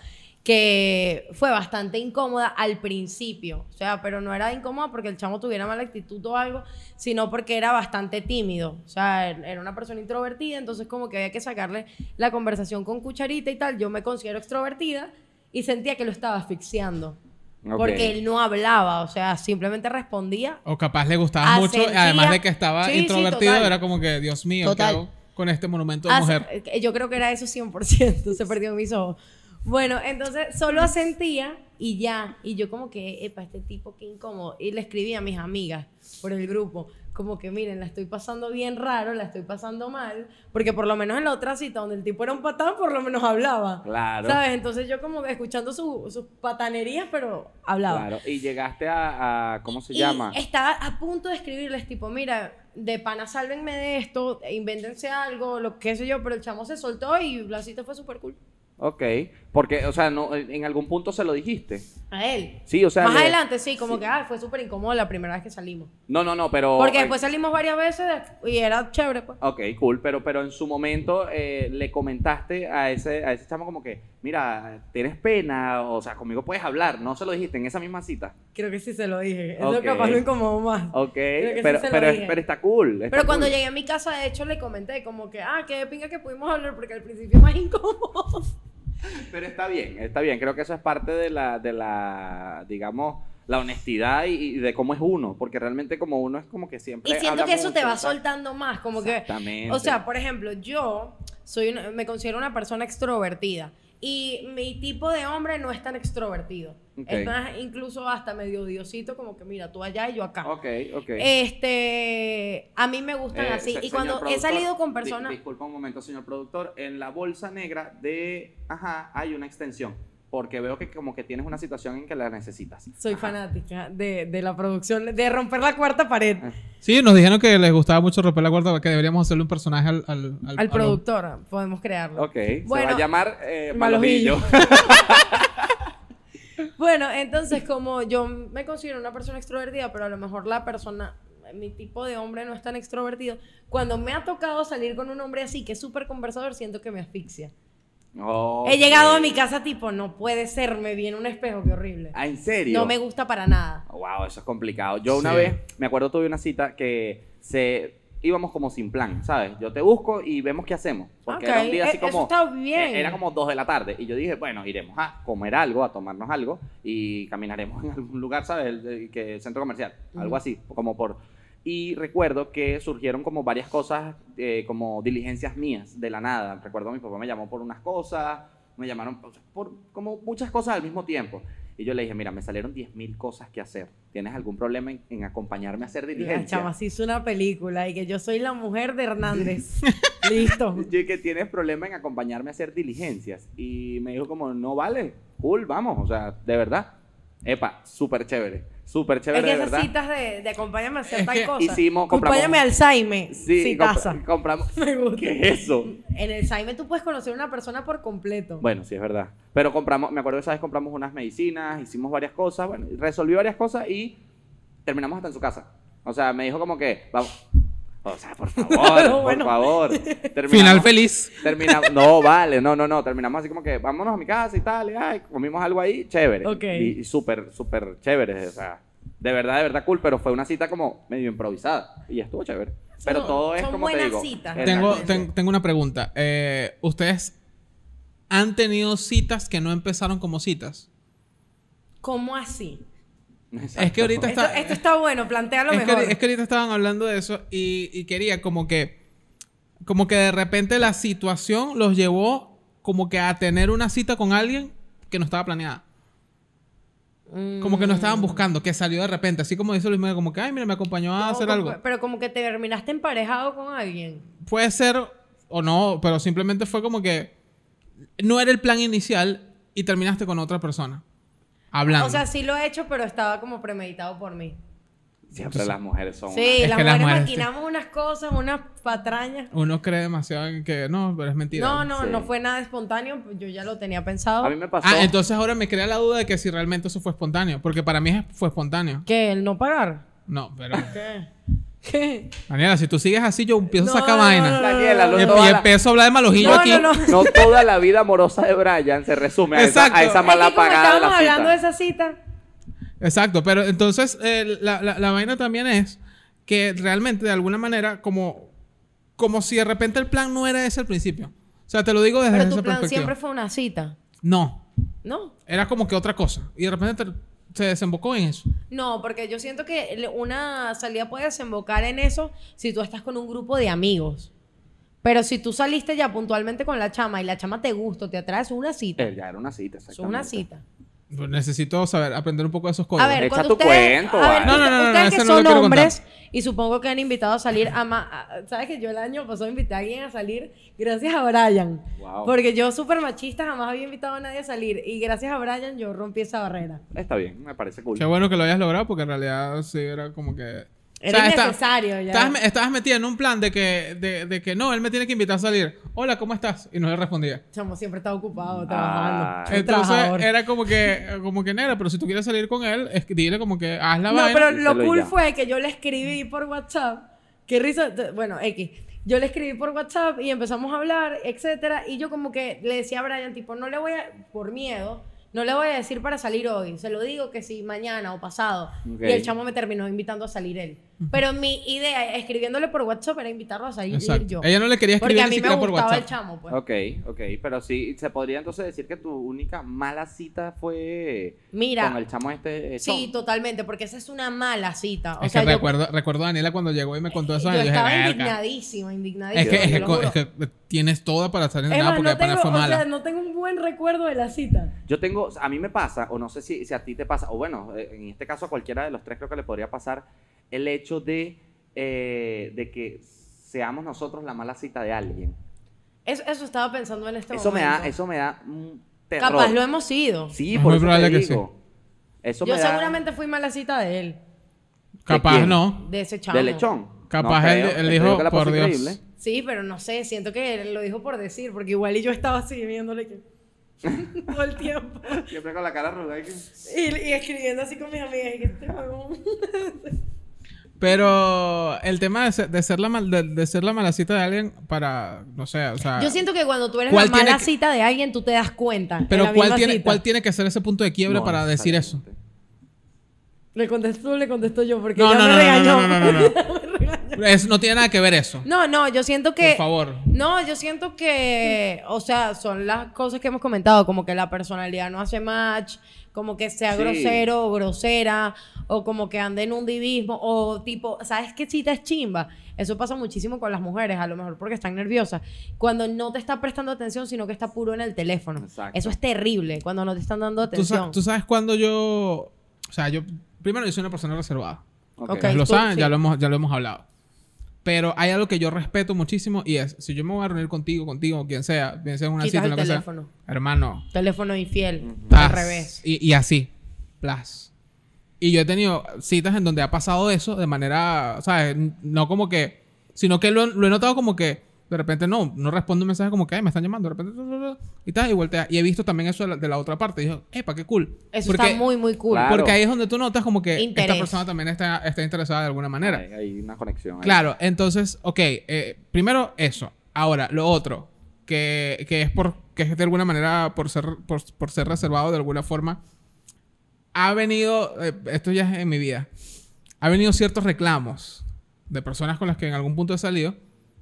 Speaker 2: que fue bastante incómoda al principio. O sea, pero no era incómoda porque el chamo tuviera mala actitud o algo, sino porque era bastante tímido. O sea, er- era una persona introvertida, entonces como que había que sacarle la conversación con cucharita y tal. Yo me considero extrovertida y sentía que lo estaba asfixiando.
Speaker 7: Ok.
Speaker 2: Porque él no hablaba, o sea, simplemente respondía
Speaker 5: O capaz le gustaba
Speaker 2: Ah,
Speaker 5: mucho,
Speaker 2: sentía-
Speaker 5: además de que estaba
Speaker 2: Sí, sí,
Speaker 5: introvertido,
Speaker 2: total.
Speaker 5: era como que, Dios mío,
Speaker 2: Total.
Speaker 5: ¿qué hago con este monumento de
Speaker 2: Hace-
Speaker 5: mujer?
Speaker 2: eh, Yo creo que era eso 100%, se perdió en mis ojos. Bueno, entonces solo asentía y ya. Y yo como que, epa, este tipo qué incómodo. Y le escribí a mis amigas por el grupo, como que miren, la estoy pasando bien raro, la estoy pasando mal, porque por lo menos en la otra cita donde el tipo era un patán, por lo menos hablaba.
Speaker 7: Claro.
Speaker 2: ¿Sabes? Entonces yo como que escuchando su- sus patanerías, pero hablaba.
Speaker 7: Claro. Y llegaste a, a- ¿cómo se
Speaker 2: Y
Speaker 7: llama?
Speaker 2: Estaba a punto de escribirles, tipo, mira, de pana, sálvenme de esto, invéntense algo, lo que sé yo, pero el chamo se soltó y la cita fue súper cool.
Speaker 7: Ok. Porque, o sea, no, en algún punto se lo dijiste.
Speaker 2: A él.
Speaker 7: Sí, o sea.
Speaker 2: Más
Speaker 7: le-
Speaker 2: adelante, sí, como que ah, fue súper incómodo la primera vez que salimos.
Speaker 7: No, no, no, pero.
Speaker 2: Porque
Speaker 7: eh,
Speaker 2: después salimos varias veces y era chévere, pues.
Speaker 7: Ok, cool, pero, pero en su momento eh, le comentaste a ese, a ese chamo como que, mira, tienes pena, o sea, conmigo puedes hablar, no se lo dijiste en esa misma cita.
Speaker 2: Creo que sí se lo dije.
Speaker 7: Ok.
Speaker 2: Eso capaz lo incomodó más.
Speaker 7: Ok,
Speaker 2: que sí
Speaker 7: pero,
Speaker 2: se lo
Speaker 7: pero,
Speaker 2: dije.
Speaker 7: pero está cool. está
Speaker 2: Pero cuando
Speaker 7: cool.
Speaker 2: llegué a mi casa, de hecho, le comenté como que, ah, qué pinga que pudimos hablar porque al principio es más incómodo.
Speaker 7: Pero está bien, está bien, creo que eso es parte de la, de la digamos, la honestidad y, y de cómo es uno, porque realmente como uno es como que siempre...
Speaker 2: Y siento
Speaker 7: habla
Speaker 2: que eso te
Speaker 7: mucho,
Speaker 2: va
Speaker 7: o sea,
Speaker 2: soltando más, como que...
Speaker 7: Exactamente.
Speaker 2: O sea, por ejemplo, yo soy una- me considero una persona extrovertida y mi tipo de hombre no es tan extrovertido.
Speaker 7: Ok.
Speaker 2: Es más, incluso hasta medio diosito, como que mira, tú allá y yo acá.
Speaker 7: Ok, ok.
Speaker 2: Este, a mí me eh, gustan
Speaker 7: Eh,
Speaker 2: así.
Speaker 7: se-
Speaker 2: Y
Speaker 7: señor
Speaker 2: cuando he
Speaker 7: productor,
Speaker 2: salido con
Speaker 7: di-
Speaker 2: personas...
Speaker 7: disculpa un momento, señor productor. En la bolsa negra de. Ajá, hay una extensión. Porque veo que como que tienes una situación en que la necesitas.
Speaker 2: Soy
Speaker 7: Ajá.
Speaker 2: fanática de, de la producción, de romper la cuarta pared
Speaker 7: Ah,
Speaker 5: Sí, nos dijeron que les gustaba mucho romper la cuarta, que deberíamos hacerle un personaje al, al, al-
Speaker 2: al
Speaker 5: a los-
Speaker 2: productor. Podemos crearlo.
Speaker 7: Ok. se va
Speaker 2: Bueno,
Speaker 7: a llamar eh,
Speaker 2: Malojillo.
Speaker 7: Malojillo.
Speaker 2: Bueno, entonces como yo me considero una persona extrovertida, pero a lo mejor la persona, mi tipo de hombre no es tan extrovertido, cuando me ha tocado salir con un hombre así que es súper conversador, siento que me asfixia.
Speaker 7: (laughs) Ok.
Speaker 2: He llegado a mi casa tipo, no puede ser, me viene un espejo, qué horrible.
Speaker 7: Ah, ¿en serio?
Speaker 2: No me gusta para nada.
Speaker 7: Wow, eso es complicado. Yo una
Speaker 5: Sí.
Speaker 7: vez, me acuerdo, tuve una cita que se íbamos como sin plan, ¿sabes? Yo te busco y vemos qué hacemos. Porque era un
Speaker 2: Ok,
Speaker 7: día así
Speaker 2: e-
Speaker 7: como.
Speaker 2: Eso está bien.
Speaker 7: Eh, Era como 2 de la tarde. Y yo dije, bueno, iremos a comer algo, a tomarnos algo y caminaremos (laughs) en algún lugar, ¿sabes? El- el que, el centro comercial, algo así, como por... Y recuerdo que surgieron como varias cosas, eh, como diligencias mías, de la nada. Recuerdo mi papá me llamó por unas cosas, me llamaron por, por como muchas cosas al mismo tiempo. Y yo le dije, mira, me salieron 10.000 cosas que hacer. ¿Tienes algún problema en, en acompañarme a hacer
Speaker 2: La
Speaker 7: diligencias?
Speaker 2: chama se hizo una película y que yo soy la mujer de
Speaker 7: (laughs)
Speaker 2: Hernández. Listo.
Speaker 7: Yo que tienes problema en acompañarme a hacer diligencias. Y me dijo como, no vale, cool, vamos, o sea, de verdad. Epa, súper chévere, súper
Speaker 2: Es
Speaker 7: chévere,
Speaker 2: que
Speaker 7: de
Speaker 2: esas
Speaker 7: verdad.
Speaker 2: citas de, de acompáñame a hacer
Speaker 5: Es
Speaker 2: tal
Speaker 5: que
Speaker 2: cosa.
Speaker 7: hicimos- compramos-
Speaker 2: acompáñame al Saime.
Speaker 7: Sí,
Speaker 2: Sí,
Speaker 7: comp-
Speaker 2: casa.
Speaker 7: compramos.
Speaker 2: (laughs) Me gusta.
Speaker 7: ¿Qué es eso?
Speaker 2: En el Saime tú puedes conocer a una persona por completo.
Speaker 7: Bueno, sí, es verdad. Pero compramos, me acuerdo que esa vez compramos unas medicinas, hicimos varias cosas, bueno, resolví varias cosas y terminamos hasta en su casa. O sea, me dijo como que, vamos. O sea,
Speaker 2: (laughs)
Speaker 7: por favor,
Speaker 2: No,
Speaker 7: por
Speaker 2: bueno.
Speaker 7: favor.
Speaker 5: Final
Speaker 7: Terminamos-
Speaker 5: feliz.
Speaker 7: Terminamos, no, vale, no, no, no, terminamos así como que vámonos a mi casa y tal, y, ay, comimos algo ahí, chévere.
Speaker 2: Ok.
Speaker 7: Y, y súper, súper chévere, o sea, de verdad, de verdad cool, pero fue una cita como medio improvisada y estuvo chévere. Pero
Speaker 2: Son-
Speaker 7: todo es
Speaker 2: son
Speaker 7: como te
Speaker 2: buenas
Speaker 7: digo.
Speaker 2: citas.
Speaker 7: exacto.
Speaker 5: Tengo, ten- tengo una pregunta. Eh, ¿Ustedes han tenido citas que no empezaron como citas?
Speaker 2: ¿Cómo así?
Speaker 7: Exacto.
Speaker 5: Es que ahorita
Speaker 2: Esto,
Speaker 5: está...
Speaker 2: esto está bueno, plantealo
Speaker 5: es,
Speaker 2: mejor.
Speaker 5: que, es que ahorita estaban hablando de eso y, y quería como que... Como que de repente la situación los llevó como que a tener una cita con alguien que no estaba planeada.
Speaker 2: Mm.
Speaker 5: Como que no estaban buscando, que salió de repente. Así como dice Luis Miguel, como que, ay, mira, me acompañó a
Speaker 2: Como-
Speaker 5: hacer
Speaker 2: como-
Speaker 5: algo.
Speaker 2: Pero como que te terminaste emparejado con alguien.
Speaker 5: Puede ser o no, pero simplemente fue como que no era el plan inicial y terminaste con otra persona. Hablando.
Speaker 2: O sea, sí lo he hecho, pero estaba como premeditado por mí.
Speaker 7: Siempre las mujeres son.
Speaker 2: Sí,
Speaker 5: Es
Speaker 2: las
Speaker 5: que las
Speaker 2: mujeres
Speaker 5: mujeres
Speaker 2: maquinamos unas cosas, unas patrañas.
Speaker 5: Uno cree demasiado en que no, pero es mentira.
Speaker 2: No, no,
Speaker 7: Sí.
Speaker 2: no fue nada espontáneo. Yo ya lo tenía
Speaker 7: una-
Speaker 2: pensado.
Speaker 7: A mí me pasó.
Speaker 5: Ah, entonces ahora me crea la duda de que si realmente eso fue espontáneo. Porque para mí es- fue espontáneo.
Speaker 2: ¿Qué? ¿El no pagar?
Speaker 5: No, pero.
Speaker 2: ¿Qué? ¿Qué?
Speaker 5: Daniela, si tú sigues así, yo empiezo
Speaker 2: No,
Speaker 5: a sacar
Speaker 2: no,
Speaker 5: vaina.
Speaker 2: no, no,
Speaker 7: Daniela,
Speaker 5: y,
Speaker 7: no,
Speaker 5: emp-
Speaker 7: toda
Speaker 5: y
Speaker 7: la-
Speaker 5: empiezo a hablar de malojillo
Speaker 2: No, no,
Speaker 5: aquí.
Speaker 2: no.
Speaker 7: (laughs) no toda la vida amorosa de Brian se resume a esa,
Speaker 5: Exacto.
Speaker 7: a esa
Speaker 5: Es
Speaker 2: Es que
Speaker 7: mala
Speaker 2: como
Speaker 7: pagada de
Speaker 2: estábamos
Speaker 7: la cita.
Speaker 2: hablando de esa cita.
Speaker 5: Exacto, pero entonces eh, la, la- la vaina también es que realmente de alguna manera como, como si de repente el plan no era ese al principio. O sea, te lo digo desde
Speaker 2: Pero
Speaker 5: esa
Speaker 2: tu plan
Speaker 5: perspectiva.
Speaker 2: siempre fue una cita,
Speaker 5: No,
Speaker 2: ¿no?
Speaker 5: era como que otra cosa. Y de repente te- se desembocó en eso.
Speaker 2: No, porque yo siento que le- una salida puede desembocar en eso si tú estás con un grupo de amigos. Pero si tú saliste ya puntualmente con la chama y la chama te gusta, te atrae, eso es una cita.
Speaker 7: Eh, ya era una cita,
Speaker 2: Eso es una cita.
Speaker 5: Pues necesito saber, aprender un poco de esos
Speaker 2: A
Speaker 5: códigos.
Speaker 2: ver,
Speaker 7: Pues Echa
Speaker 2: cuando
Speaker 7: tu
Speaker 2: ustedes,
Speaker 7: cuento,
Speaker 2: a ver,
Speaker 7: vale.
Speaker 5: No, no, no, no,
Speaker 2: ustedes
Speaker 5: no,
Speaker 2: que
Speaker 5: ese no lo
Speaker 2: son
Speaker 5: quiero
Speaker 2: hombres y supongo que han invitado a salir a, ma- a- sabes que yo el año pasado invité a alguien a salir gracias a Brian,
Speaker 7: Wow.
Speaker 2: porque yo súper machista jamás había invitado a nadie a salir y gracias a Brian yo rompí esa barrera.
Speaker 7: Está bien, me parece cool.
Speaker 5: Qué bueno que lo hayas logrado porque en realidad sí era como que...
Speaker 2: Era
Speaker 5: sea, está-
Speaker 2: innecesario ya.
Speaker 5: Estabas, me- estabas metida en un plan de que, de, de que no, él me tiene que invitar a salir. Hola, ¿cómo estás? Y no le respondía.
Speaker 2: Chamo, siempre está ocupado
Speaker 7: Ah.
Speaker 2: trabajando. Es un
Speaker 5: Entonces
Speaker 2: trabajador.
Speaker 5: era como que, eh, como que negra, pero si tú quieres salir con él, es, dile como que haz la
Speaker 2: No,
Speaker 5: vaina.
Speaker 2: pero
Speaker 7: Y
Speaker 2: lo
Speaker 7: solo
Speaker 2: cool
Speaker 7: ya.
Speaker 2: fue que yo le escribí por WhatsApp. Qué risa. t- Bueno, X. Yo le escribí por WhatsApp y empezamos a hablar, etcétera. Y yo como que le decía a Brian, tipo, no le voy a, por miedo, no le voy a decir para salir hoy. Se lo digo que si mañana o pasado.
Speaker 7: Ok.
Speaker 2: Y el chamo me terminó invitando a salir él. Pero mi idea, escribiéndole por WhatsApp, era invitarlo a salir
Speaker 5: Exacto.
Speaker 2: yo.
Speaker 5: Ella no le quería escribir
Speaker 2: Porque a mí
Speaker 5: ni
Speaker 2: me
Speaker 5: siquiera por
Speaker 2: gustaba el
Speaker 5: WhatsApp.
Speaker 2: chamo, pues.
Speaker 7: Ok, ok, pero sí, se podría entonces decir que tu única mala cita fue
Speaker 2: Mira.
Speaker 7: con el chamo este. eh,
Speaker 2: Sí,
Speaker 7: Tom.
Speaker 2: totalmente, porque esa es una mala cita. O
Speaker 5: Es
Speaker 2: sea,
Speaker 5: que
Speaker 2: yo, Eh,
Speaker 5: recuerdo, recuerdo a Daniela cuando llegó y me contó eso.
Speaker 2: yo
Speaker 5: y yo dije,
Speaker 2: estaba
Speaker 5: "Verga".
Speaker 2: indignadísima, indignadísima.
Speaker 5: Es que, es,
Speaker 2: te
Speaker 5: que,
Speaker 2: lo
Speaker 5: co-
Speaker 2: juro.
Speaker 5: es que tienes toda para estar en
Speaker 2: Es
Speaker 5: nada
Speaker 2: más,
Speaker 5: porque
Speaker 2: no
Speaker 5: de pana
Speaker 2: tengo,
Speaker 5: fue
Speaker 2: o
Speaker 5: mala.
Speaker 2: sea, no tengo un buen recuerdo de la cita.
Speaker 7: Yo tengo, a mí me pasa, o no sé si, si a ti te pasa, o bueno, eh, en este caso a cualquiera de los tres creo que le podría pasar el hecho de, eh, de que seamos nosotros la mala cita de alguien.
Speaker 2: Eso, eso estaba pensando en este
Speaker 7: eso me
Speaker 2: momento.
Speaker 7: da, eso me da un terror.
Speaker 2: Capaz lo hemos sido.
Speaker 7: Sí,
Speaker 5: Es
Speaker 7: por
Speaker 5: muy
Speaker 7: eso
Speaker 5: probable
Speaker 7: te
Speaker 5: que
Speaker 7: digo. Eso
Speaker 2: Yo
Speaker 7: me da
Speaker 2: seguramente fui mala cita de él,
Speaker 5: Capaz
Speaker 7: quién?
Speaker 5: no.
Speaker 2: de ese chavo.
Speaker 7: de lechón.
Speaker 5: Capaz
Speaker 7: No
Speaker 5: él-
Speaker 7: creo,
Speaker 5: él
Speaker 7: te
Speaker 5: dijo,
Speaker 7: digo que la
Speaker 5: por
Speaker 7: pasé
Speaker 5: Dios.
Speaker 7: increíble.
Speaker 2: Sí, pero no sé, siento que él lo dijo por decir, porque igual y yo estaba así viéndole que... todo el tiempo.
Speaker 7: Siempre con la cara arrugada. y que-
Speaker 2: Y, y escribiendo así con mis amigas. y que este huevón.
Speaker 5: Pero el tema de ser, de ser la mal, de, de ser la mala cita de alguien para, no sé, o sea...
Speaker 2: Yo siento que cuando tú eres la
Speaker 5: ¿Cuál tiene
Speaker 2: mala
Speaker 5: que-
Speaker 2: cita de alguien, tú te das cuenta. en
Speaker 5: pero
Speaker 2: la
Speaker 5: ¿cuál
Speaker 2: misma
Speaker 5: tiene,
Speaker 2: cita.
Speaker 5: ¿cuál tiene que ser ese punto de quiebre
Speaker 7: No,
Speaker 5: para decir eso?
Speaker 7: exactamente.
Speaker 2: Le contesto, le contesto yo, porque
Speaker 5: No,
Speaker 2: ya
Speaker 5: no,
Speaker 2: me
Speaker 5: no, no,
Speaker 2: regañó.
Speaker 5: no, no, no, no,
Speaker 2: (laughs)
Speaker 5: no.
Speaker 2: Me regañó.
Speaker 5: Es- no tiene nada que ver eso.
Speaker 2: No, no, yo siento que.
Speaker 5: Por favor.
Speaker 2: No, yo siento que. O sea, son las cosas que hemos comentado, como que la personalidad no hace match, como que sea
Speaker 7: Sí.
Speaker 2: grosero o grosera, o como que ande en un divismo, o tipo, ¿sabes qué cita es chimba? Eso pasa muchísimo con las mujeres, a lo mejor porque están nerviosas. Cuando no te está prestando atención, sino que está puro en el teléfono.
Speaker 7: Exacto.
Speaker 2: Eso es terrible, cuando no te están dando
Speaker 5: Tú, sa-
Speaker 2: atención.
Speaker 5: tú sabes cuando yo... O sea, yo... Primero, yo soy una persona reservada.
Speaker 7: Ok.
Speaker 2: Ok.
Speaker 5: Ustedes lo
Speaker 2: tú-
Speaker 5: saben,
Speaker 2: sí.
Speaker 5: ya, lo hemos, ya lo hemos hablado. Pero hay algo que yo respeto muchísimo y es, si yo me voy a reunir contigo, contigo, quien sea, bien sea en una
Speaker 2: Quitas
Speaker 5: cita,
Speaker 2: el
Speaker 5: lo que sea,
Speaker 2: teléfono.
Speaker 5: hermano,
Speaker 2: Teléfono infiel, al
Speaker 5: Plas.
Speaker 2: revés.
Speaker 5: Y, y así. Plas. Y yo he tenido citas en donde ha pasado eso de manera, ¿sabes? N- No como que, sino que lo, he- lo he notado como que de repente no, no respondo un mensaje como que, "Ay, me están llamando, de repente, tu, tu, tu, y tal, y voltea. Y he visto también eso de la, de la otra parte. Y digo, epa, qué cool.
Speaker 2: Eso
Speaker 5: porque,
Speaker 2: está muy, muy cool.
Speaker 7: Claro.
Speaker 5: Porque ahí es donde tú notas como que
Speaker 2: Interés.
Speaker 5: esta persona también está, está interesada de alguna manera.
Speaker 7: Hay, hay una conexión. ahí.
Speaker 5: Claro, entonces, ok, eh, primero eso. Ahora, lo otro, que, que es por que es de alguna manera por ser, por, por ser reservado de alguna forma, ha venido, eh, esto ya es en mi vida, ha venido ciertos reclamos de personas con las que en algún punto he salido,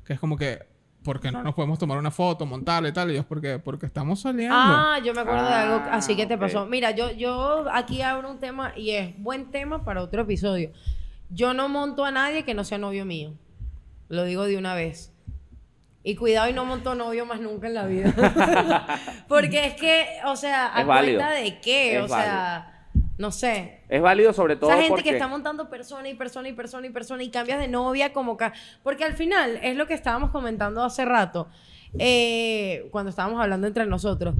Speaker 5: que es como que, ¿por qué no nos podemos tomar una foto, montarla y tal? Y yo, porque, porque estamos saliendo.
Speaker 2: Ah, yo me acuerdo de algo
Speaker 7: Ah,
Speaker 2: así que te
Speaker 7: ok.
Speaker 2: pasó. Mira, yo, yo aquí abro un tema y es buen tema para otro episodio. Yo no monto a nadie que no sea novio mío. Lo digo de una vez. Y cuidado y no monto novio más nunca en la
Speaker 7: (laughs)
Speaker 2: vida. Porque es que, o sea, ¿a
Speaker 7: Es válido.
Speaker 2: cuenta de qué?
Speaker 7: Es
Speaker 2: o sea, no sé.
Speaker 7: Es válido sobre todo
Speaker 2: Esa gente
Speaker 7: porque...
Speaker 2: que está montando persona y persona y persona y persona y cambias de novia como... Ca porque al final es lo que estábamos comentando hace rato, eh, cuando estábamos hablando entre nosotros.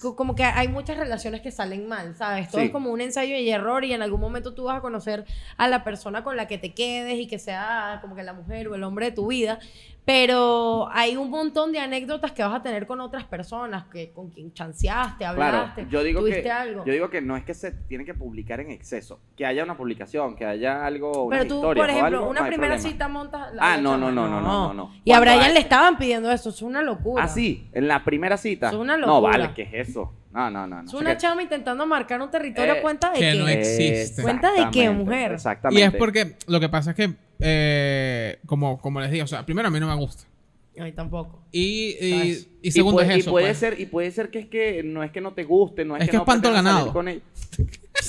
Speaker 2: Co- Como que hay muchas relaciones que salen mal, ¿sabes? Todo
Speaker 7: Sí.
Speaker 2: es como un ensayo y error y en algún momento tú vas a conocer a la persona con la que te quedes y que sea como que la mujer o el hombre de tu vida. Pero hay un montón de anécdotas que vas a tener con otras personas, que con quien chanceaste,
Speaker 7: Claro,
Speaker 2: hablaste,
Speaker 7: yo digo,
Speaker 2: tuviste
Speaker 7: que,
Speaker 2: algo.
Speaker 7: yo digo que no es que se tiene que publicar en exceso, que haya una publicación, que haya algo, una
Speaker 2: Pero tú,
Speaker 7: historia
Speaker 2: por
Speaker 7: o
Speaker 2: ejemplo,
Speaker 7: algo,
Speaker 2: una
Speaker 7: no hay
Speaker 2: primera
Speaker 7: problema.
Speaker 2: cita montas.
Speaker 7: Ah,
Speaker 2: la
Speaker 7: no,
Speaker 2: chama.
Speaker 7: no, no, no, no, no, no.
Speaker 2: Y a
Speaker 7: Cuando
Speaker 2: Brian
Speaker 7: hay-
Speaker 2: le estaban pidiendo eso, es una locura.
Speaker 7: Ah, sí, en la primera cita.
Speaker 2: Es una
Speaker 7: No,
Speaker 2: locura.
Speaker 7: vale, ¿qué es eso? No, no, no. no
Speaker 2: Es
Speaker 7: sé
Speaker 2: una
Speaker 7: qué-
Speaker 2: chama intentando marcar un territorio
Speaker 7: Eh,
Speaker 2: a cuenta de
Speaker 5: que
Speaker 2: que.
Speaker 5: no es- existe.
Speaker 2: ¿Cuenta de qué,
Speaker 7: Exactamente,
Speaker 2: mujer?
Speaker 5: y
Speaker 7: Exactamente.
Speaker 5: es porque lo que pasa es que, eh, como, como les digo, o sea, primero a mí no me gusta.
Speaker 2: Ay, tampoco.
Speaker 5: Y,
Speaker 2: ¿Sabes?
Speaker 5: y, y segundo
Speaker 7: puede,
Speaker 5: es eso.
Speaker 7: Y puede
Speaker 5: pues.
Speaker 7: ser, y puede ser que es que no es que no te guste, no es,
Speaker 5: Es que es
Speaker 7: no
Speaker 5: panto
Speaker 7: pretendas
Speaker 5: ganado.
Speaker 7: salir
Speaker 5: (laughs)
Speaker 7: con él.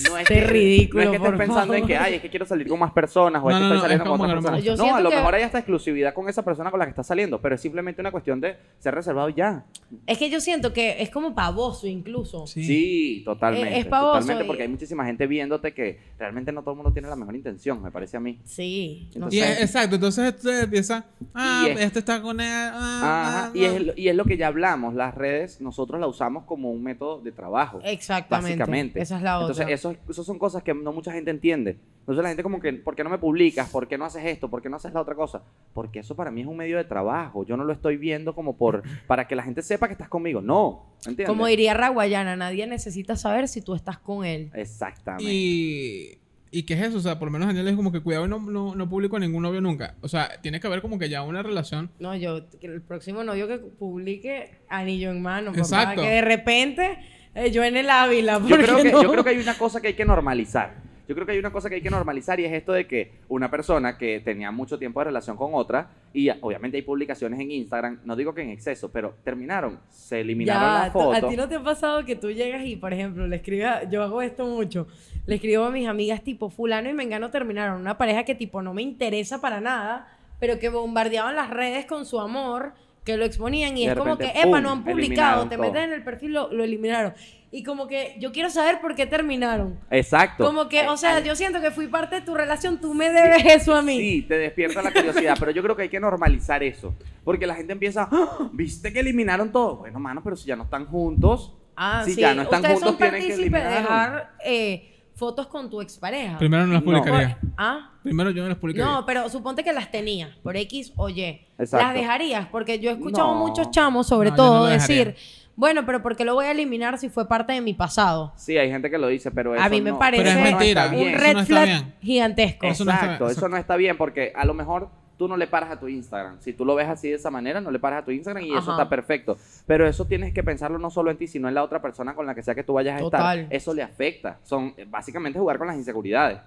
Speaker 7: No es
Speaker 2: Qué ridículo,
Speaker 7: no es que estés
Speaker 2: por
Speaker 7: pensando en
Speaker 2: favor.
Speaker 7: que, ay, es que quiero salir con más personas o es
Speaker 5: No,
Speaker 7: que
Speaker 5: no,
Speaker 7: estoy
Speaker 5: no,
Speaker 7: saliendo
Speaker 5: es
Speaker 7: con
Speaker 5: como
Speaker 7: otras
Speaker 5: que no me
Speaker 7: personas.
Speaker 2: gusta. Yo
Speaker 7: no, a
Speaker 2: siento
Speaker 7: lo
Speaker 2: que-
Speaker 7: mejor hay hasta exclusividad con esa persona con la que estás saliendo, pero es simplemente una cuestión de ser reservado ya.
Speaker 2: Es que yo siento que es como pavoso, incluso.
Speaker 5: Sí.
Speaker 7: Sí, totalmente.
Speaker 2: Es- es pavoso
Speaker 7: Totalmente,
Speaker 2: y-
Speaker 7: porque hay muchísima gente viéndote que realmente no todo el mundo tiene la mejor intención, me parece a mí.
Speaker 2: Sí, no
Speaker 7: Entonces-
Speaker 5: Y
Speaker 2: sé.
Speaker 5: es- exacto, entonces esto empieza, ah,
Speaker 7: Y es-
Speaker 5: este está con él, ah,
Speaker 7: Ajá,
Speaker 5: ah,
Speaker 7: y,
Speaker 5: ah.
Speaker 7: es, lo- y es lo que ya hablamos, las redes nosotros la usamos como un método de trabajo.
Speaker 2: Exactamente.
Speaker 7: Básicamente.
Speaker 2: Esa es la otra.
Speaker 7: Entonces, eso, eso son cosas que no mucha gente entiende. Entonces la gente como que, ¿por qué no me publicas? ¿Por qué no haces esto? ¿Por qué no haces la otra cosa? Porque eso para mí es un medio de trabajo. Yo no lo estoy viendo
Speaker 2: (laughs)
Speaker 7: como por, para que la gente sepa que estás conmigo. No, ¿entiendes?
Speaker 2: Como diría Raguayana, nadie necesita saber si tú estás con él.
Speaker 7: Exactamente.
Speaker 5: ah". Y, y qué es eso, o sea, por lo menos Daniel es como que cuidado y no, no, no publico a ningún novio nunca. O sea, tiene que haber como que ya una relación.
Speaker 2: No, yo, que el próximo novio que publique, anillo en mano, papá.
Speaker 5: Exacto.
Speaker 2: Que de repente, eh, yo en el Ávila,
Speaker 7: Yo
Speaker 2: porque
Speaker 7: creo, que,
Speaker 2: no.
Speaker 7: yo creo que hay una cosa que hay que normalizar. Yo creo que hay una cosa que hay que normalizar y es esto de que una persona que tenía mucho tiempo de relación con otra y obviamente hay publicaciones en Instagram, no digo que en exceso, pero terminaron, se eliminaron
Speaker 2: Ya,
Speaker 7: las
Speaker 2: tú-
Speaker 7: fotos.
Speaker 2: ¿A ti no te ha pasado que tú llegas y, por ejemplo, le escribes, a- yo hago esto mucho, le escribo a mis amigas tipo fulano y mengano terminaron, una pareja que tipo no me interesa para nada, pero que bombardeaban las redes con su amor, que lo exponían y
Speaker 7: De
Speaker 2: es como que,
Speaker 7: repente,
Speaker 2: epa,
Speaker 7: ¡pum!
Speaker 2: no han publicado,
Speaker 7: Eliminaron
Speaker 2: te
Speaker 7: todo.
Speaker 2: meten en el perfil, lo, lo eliminaron. Y como que yo quiero saber por qué terminaron.
Speaker 7: Exacto.
Speaker 2: Como que, o sea, yo siento que fui parte de tu relación, tú me debes eso a mí.
Speaker 7: Sí, te despierta la curiosidad, pero yo creo que hay que normalizar eso, porque la gente empieza, "Ah, ¿viste que eliminaron todo? Bueno, mano, pero si ya no están juntos,
Speaker 2: Ah,
Speaker 7: si
Speaker 2: sí.
Speaker 7: ya no están
Speaker 2: Ustedes
Speaker 7: juntos
Speaker 2: son
Speaker 7: tienen que
Speaker 2: partícipes de
Speaker 7: eliminar.
Speaker 2: dejar eh, fotos con tu expareja.
Speaker 5: Primero no las
Speaker 7: No.
Speaker 5: publicaría.
Speaker 2: Ah.
Speaker 5: Primero yo no las publicaría.
Speaker 2: No, pero suponte que las tenías por X o Y.
Speaker 7: Exacto.
Speaker 2: Las dejarías, porque yo he escuchado
Speaker 7: No.
Speaker 2: muchos chamos, sobre
Speaker 5: No, yo no
Speaker 2: todo,
Speaker 5: lo dejaría.
Speaker 2: decir, bueno, pero ¿por qué lo voy a eliminar si fue parte de mi pasado?
Speaker 7: Sí, hay gente que lo dice, pero eso
Speaker 2: a mí me
Speaker 7: no-
Speaker 2: parece
Speaker 5: Pero es
Speaker 7: no
Speaker 5: mentira.
Speaker 7: está bien.
Speaker 2: un
Speaker 5: Eso
Speaker 2: red
Speaker 5: no está
Speaker 2: flag
Speaker 5: bien.
Speaker 2: gigigantesco.
Speaker 5: Eso no está-
Speaker 7: exacto, eso
Speaker 5: exacto.
Speaker 7: no está bien porque a lo mejor tú no le paras a tu Instagram. Si tú lo ves así de esa manera, no le paras a tu Instagram y eso
Speaker 2: Ajá.
Speaker 7: está perfecto. Pero eso tienes que pensarlo no solo en ti, sino en la otra persona con la que sea que tú vayas a
Speaker 2: Total.
Speaker 7: estar. Eso le afecta. Son eh, básicamente jugar con las inseguridades.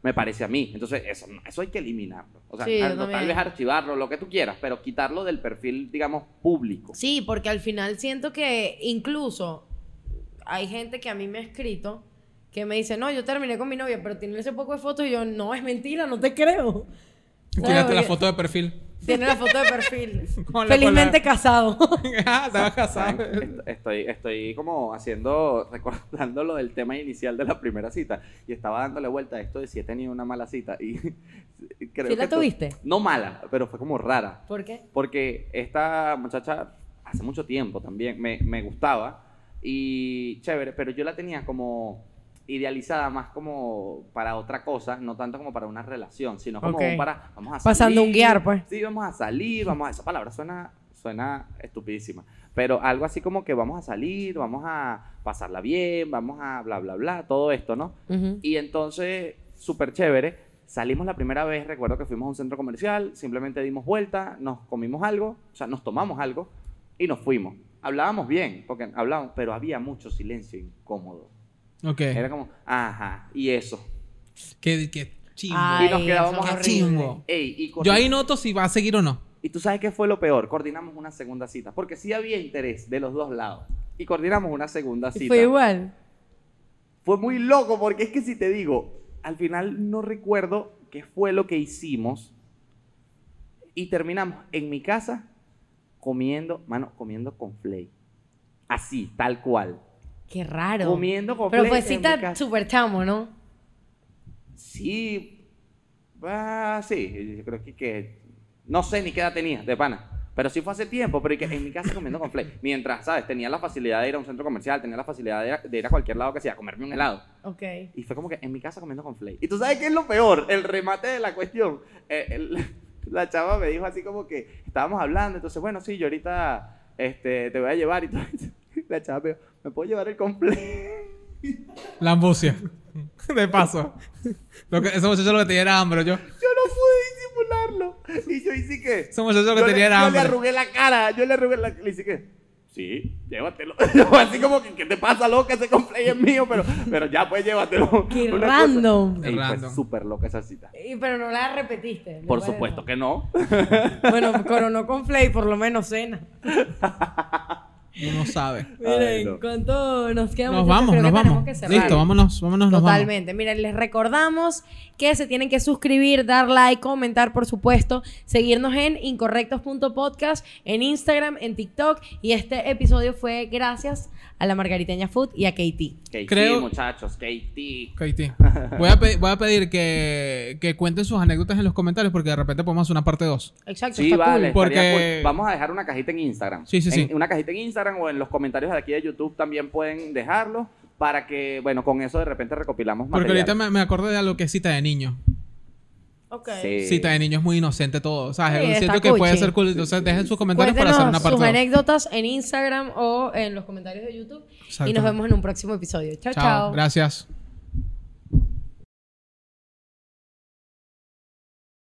Speaker 7: Me parece a mí. Entonces, eso, no- eso hay que eliminarlo. O sea,
Speaker 2: Sí, yo
Speaker 7: al- no, tal
Speaker 2: también.
Speaker 7: vez archivarlo, lo que tú quieras, pero quitarlo del perfil, digamos, público.
Speaker 2: Sí, porque al final siento que incluso hay gente que a mí me ha escrito que me dice, no, yo terminé con mi novia, pero tiene ese poco de fotos y yo, no, es mentira, no te creo.
Speaker 5: Tírate la
Speaker 2: Porque-
Speaker 5: foto de perfil.
Speaker 2: Tiene la foto de perfil.
Speaker 5: (laughs) Con la-
Speaker 2: Felizmente casado. (laughs)
Speaker 5: (laughs) ah, estaba casado.
Speaker 7: Est- Estoy, estoy como haciendo, (laughs) recordando lo del tema inicial de la primera cita. Y estaba dándole vuelta a esto de si he tenido una mala cita. Y (laughs) creo
Speaker 2: ¿Sí la
Speaker 7: que tú-
Speaker 2: tuviste?
Speaker 7: no mala, pero fue como rara.
Speaker 2: ¿Por qué?
Speaker 7: Porque esta muchacha hace mucho tiempo también me, me gustaba. Y chévere, pero yo la tenía como idealizada más como para otra cosa, no tanto como para una relación, sino como
Speaker 2: Ok.
Speaker 7: para vamos a
Speaker 2: Pasando un
Speaker 7: salir,
Speaker 2: guiar, pues.
Speaker 7: Sí, vamos a salir, vamos a. Esa palabra suena, suena estupidísima. Pero algo así como que vamos a salir, vamos a pasarla bien, vamos a bla, bla, bla, todo esto, ¿no?
Speaker 2: Ujú.
Speaker 7: Y entonces, súper chévere. Salimos la primera vez, recuerdo que fuimos a un centro comercial, simplemente dimos vuelta, nos comimos algo, o sea, nos tomamos algo y nos fuimos. Hablábamos bien, porque hablábamos, pero había mucho silencio incómodo.
Speaker 5: ok.
Speaker 7: Era como, ajá, y eso.
Speaker 5: Qué, qué chingo.
Speaker 2: Ay,
Speaker 7: Y nos quedábamos
Speaker 2: eso es
Speaker 5: qué
Speaker 2: horrible.
Speaker 5: chingo.
Speaker 7: Ey, y
Speaker 5: Yo
Speaker 7: coordinamos-
Speaker 5: ahí noto si va a seguir o no.
Speaker 7: Y tú sabes qué fue lo peor, coordinamos una segunda cita, porque sí había interés de los dos lados. Y coordinamos una segunda
Speaker 2: Y
Speaker 7: cita.
Speaker 2: Fue igual.
Speaker 7: Fue muy loco, porque es que si te digo, al final no recuerdo qué fue lo que hicimos. Y terminamos en mi casa comiendo, mano, comiendo con flay. Así, tal cual.
Speaker 2: Qué raro.
Speaker 7: Comiendo con
Speaker 2: Pero
Speaker 7: flay
Speaker 2: fue
Speaker 7: en mi
Speaker 2: cita
Speaker 7: casa.
Speaker 2: super chamo, ¿no?
Speaker 7: Sí. Ah, sí, yo creo que, que- No sé ni qué edad tenía, de pana. Pero sí fue hace tiempo, pero y que en mi casa comiendo con Flay. Mientras, ¿sabes? Tenía la facilidad de ir a un centro comercial, tenía la facilidad de ir a, de ir a cualquier lado que sea, a comerme un helado.
Speaker 2: Ok.
Speaker 7: Y fue como que en mi casa comiendo con Flay. Y tú sabes qué es lo peor, el remate de la cuestión. Eh, el- (laughs) la chava me dijo así como que estábamos hablando, entonces, bueno, sí, yo ahorita este, te voy a llevar y todo. (laughs) La chava me dijo, ¿me puedo llevar el (laughs) complejo?
Speaker 5: La ambucia. (laughs) De paso. Lo que, ese muchacho lo que tenía era hambre, yo.
Speaker 7: Yo no pude disimularlo. Y yo hice que.
Speaker 5: Ese muchacho lo que
Speaker 7: yo le,
Speaker 5: tenía era
Speaker 7: yo le
Speaker 5: hambre.
Speaker 7: arrugué la cara, yo le arrugué la Le hice que. Sí, llévatelo. (laughs) Yo así como que, ¿qué te pasa, loca? Ese cosplay es mío, pero, pero ya pues llévatelo.
Speaker 2: Qué
Speaker 7: (laughs) Una cosa-
Speaker 2: random.
Speaker 5: Qué
Speaker 7: Ey, fue
Speaker 5: random.
Speaker 7: súper loca esa cita.
Speaker 2: Y, pero no la repetiste.
Speaker 7: Por supuesto que no.
Speaker 2: no. Bueno, coronó con Flay, por lo menos cena.
Speaker 5: Uno sabe.
Speaker 2: Miren,
Speaker 7: Ay, no.
Speaker 2: ¿cuánto nos queda?
Speaker 5: Nos
Speaker 2: muchachos?
Speaker 5: vamos,
Speaker 2: Creo
Speaker 5: nos
Speaker 2: que tenemos
Speaker 5: vamos.
Speaker 2: que cerrar.
Speaker 5: Listo, vámonos, vámonos, nos vamos.
Speaker 2: Totalmente. Miren, les recordamos que se tienen que suscribir, dar like, comentar, por supuesto, seguirnos en incorrectos.podcast, en Instagram, en TikTok. Y este episodio fue gracias a la Margariteña Food y a Katie.
Speaker 7: Katie,
Speaker 5: Creo-
Speaker 7: muchachos, Katie.
Speaker 5: Katie. Voy a, pe- voy a pedir que, que cuenten sus anécdotas en los comentarios porque de repente podemos hacer una parte 2.
Speaker 2: Exacto,
Speaker 7: Sí,
Speaker 2: está
Speaker 7: vale.
Speaker 2: cool.
Speaker 5: Porque-
Speaker 7: estaría cool. Vamos a dejar una cajita en Instagram.
Speaker 5: Sí, sí, sí.
Speaker 7: En- Una cajita en Instagram o en los comentarios de aquí de YouTube también pueden dejarlo para que, bueno, con eso de repente recopilamos
Speaker 5: Porque
Speaker 7: material.
Speaker 5: ahorita me, me acordé de lo que es cita de niño.
Speaker 2: Ok.
Speaker 7: Sí.
Speaker 5: Cita de niño es muy inocente todo. O sea,
Speaker 2: Sí, está
Speaker 5: siento que puede
Speaker 2: cuchi.
Speaker 5: ser cool. Entonces, dejen sus comentarios para
Speaker 2: Cuéntenos
Speaker 5: hacer una parte
Speaker 2: sus
Speaker 5: dos.
Speaker 2: anécdotas en Instagram o en los comentarios de YouTube. Y
Speaker 5: Exacto.
Speaker 2: nos vemos en un próximo episodio. Chao,
Speaker 5: Chao.
Speaker 2: chao.
Speaker 5: Gracias.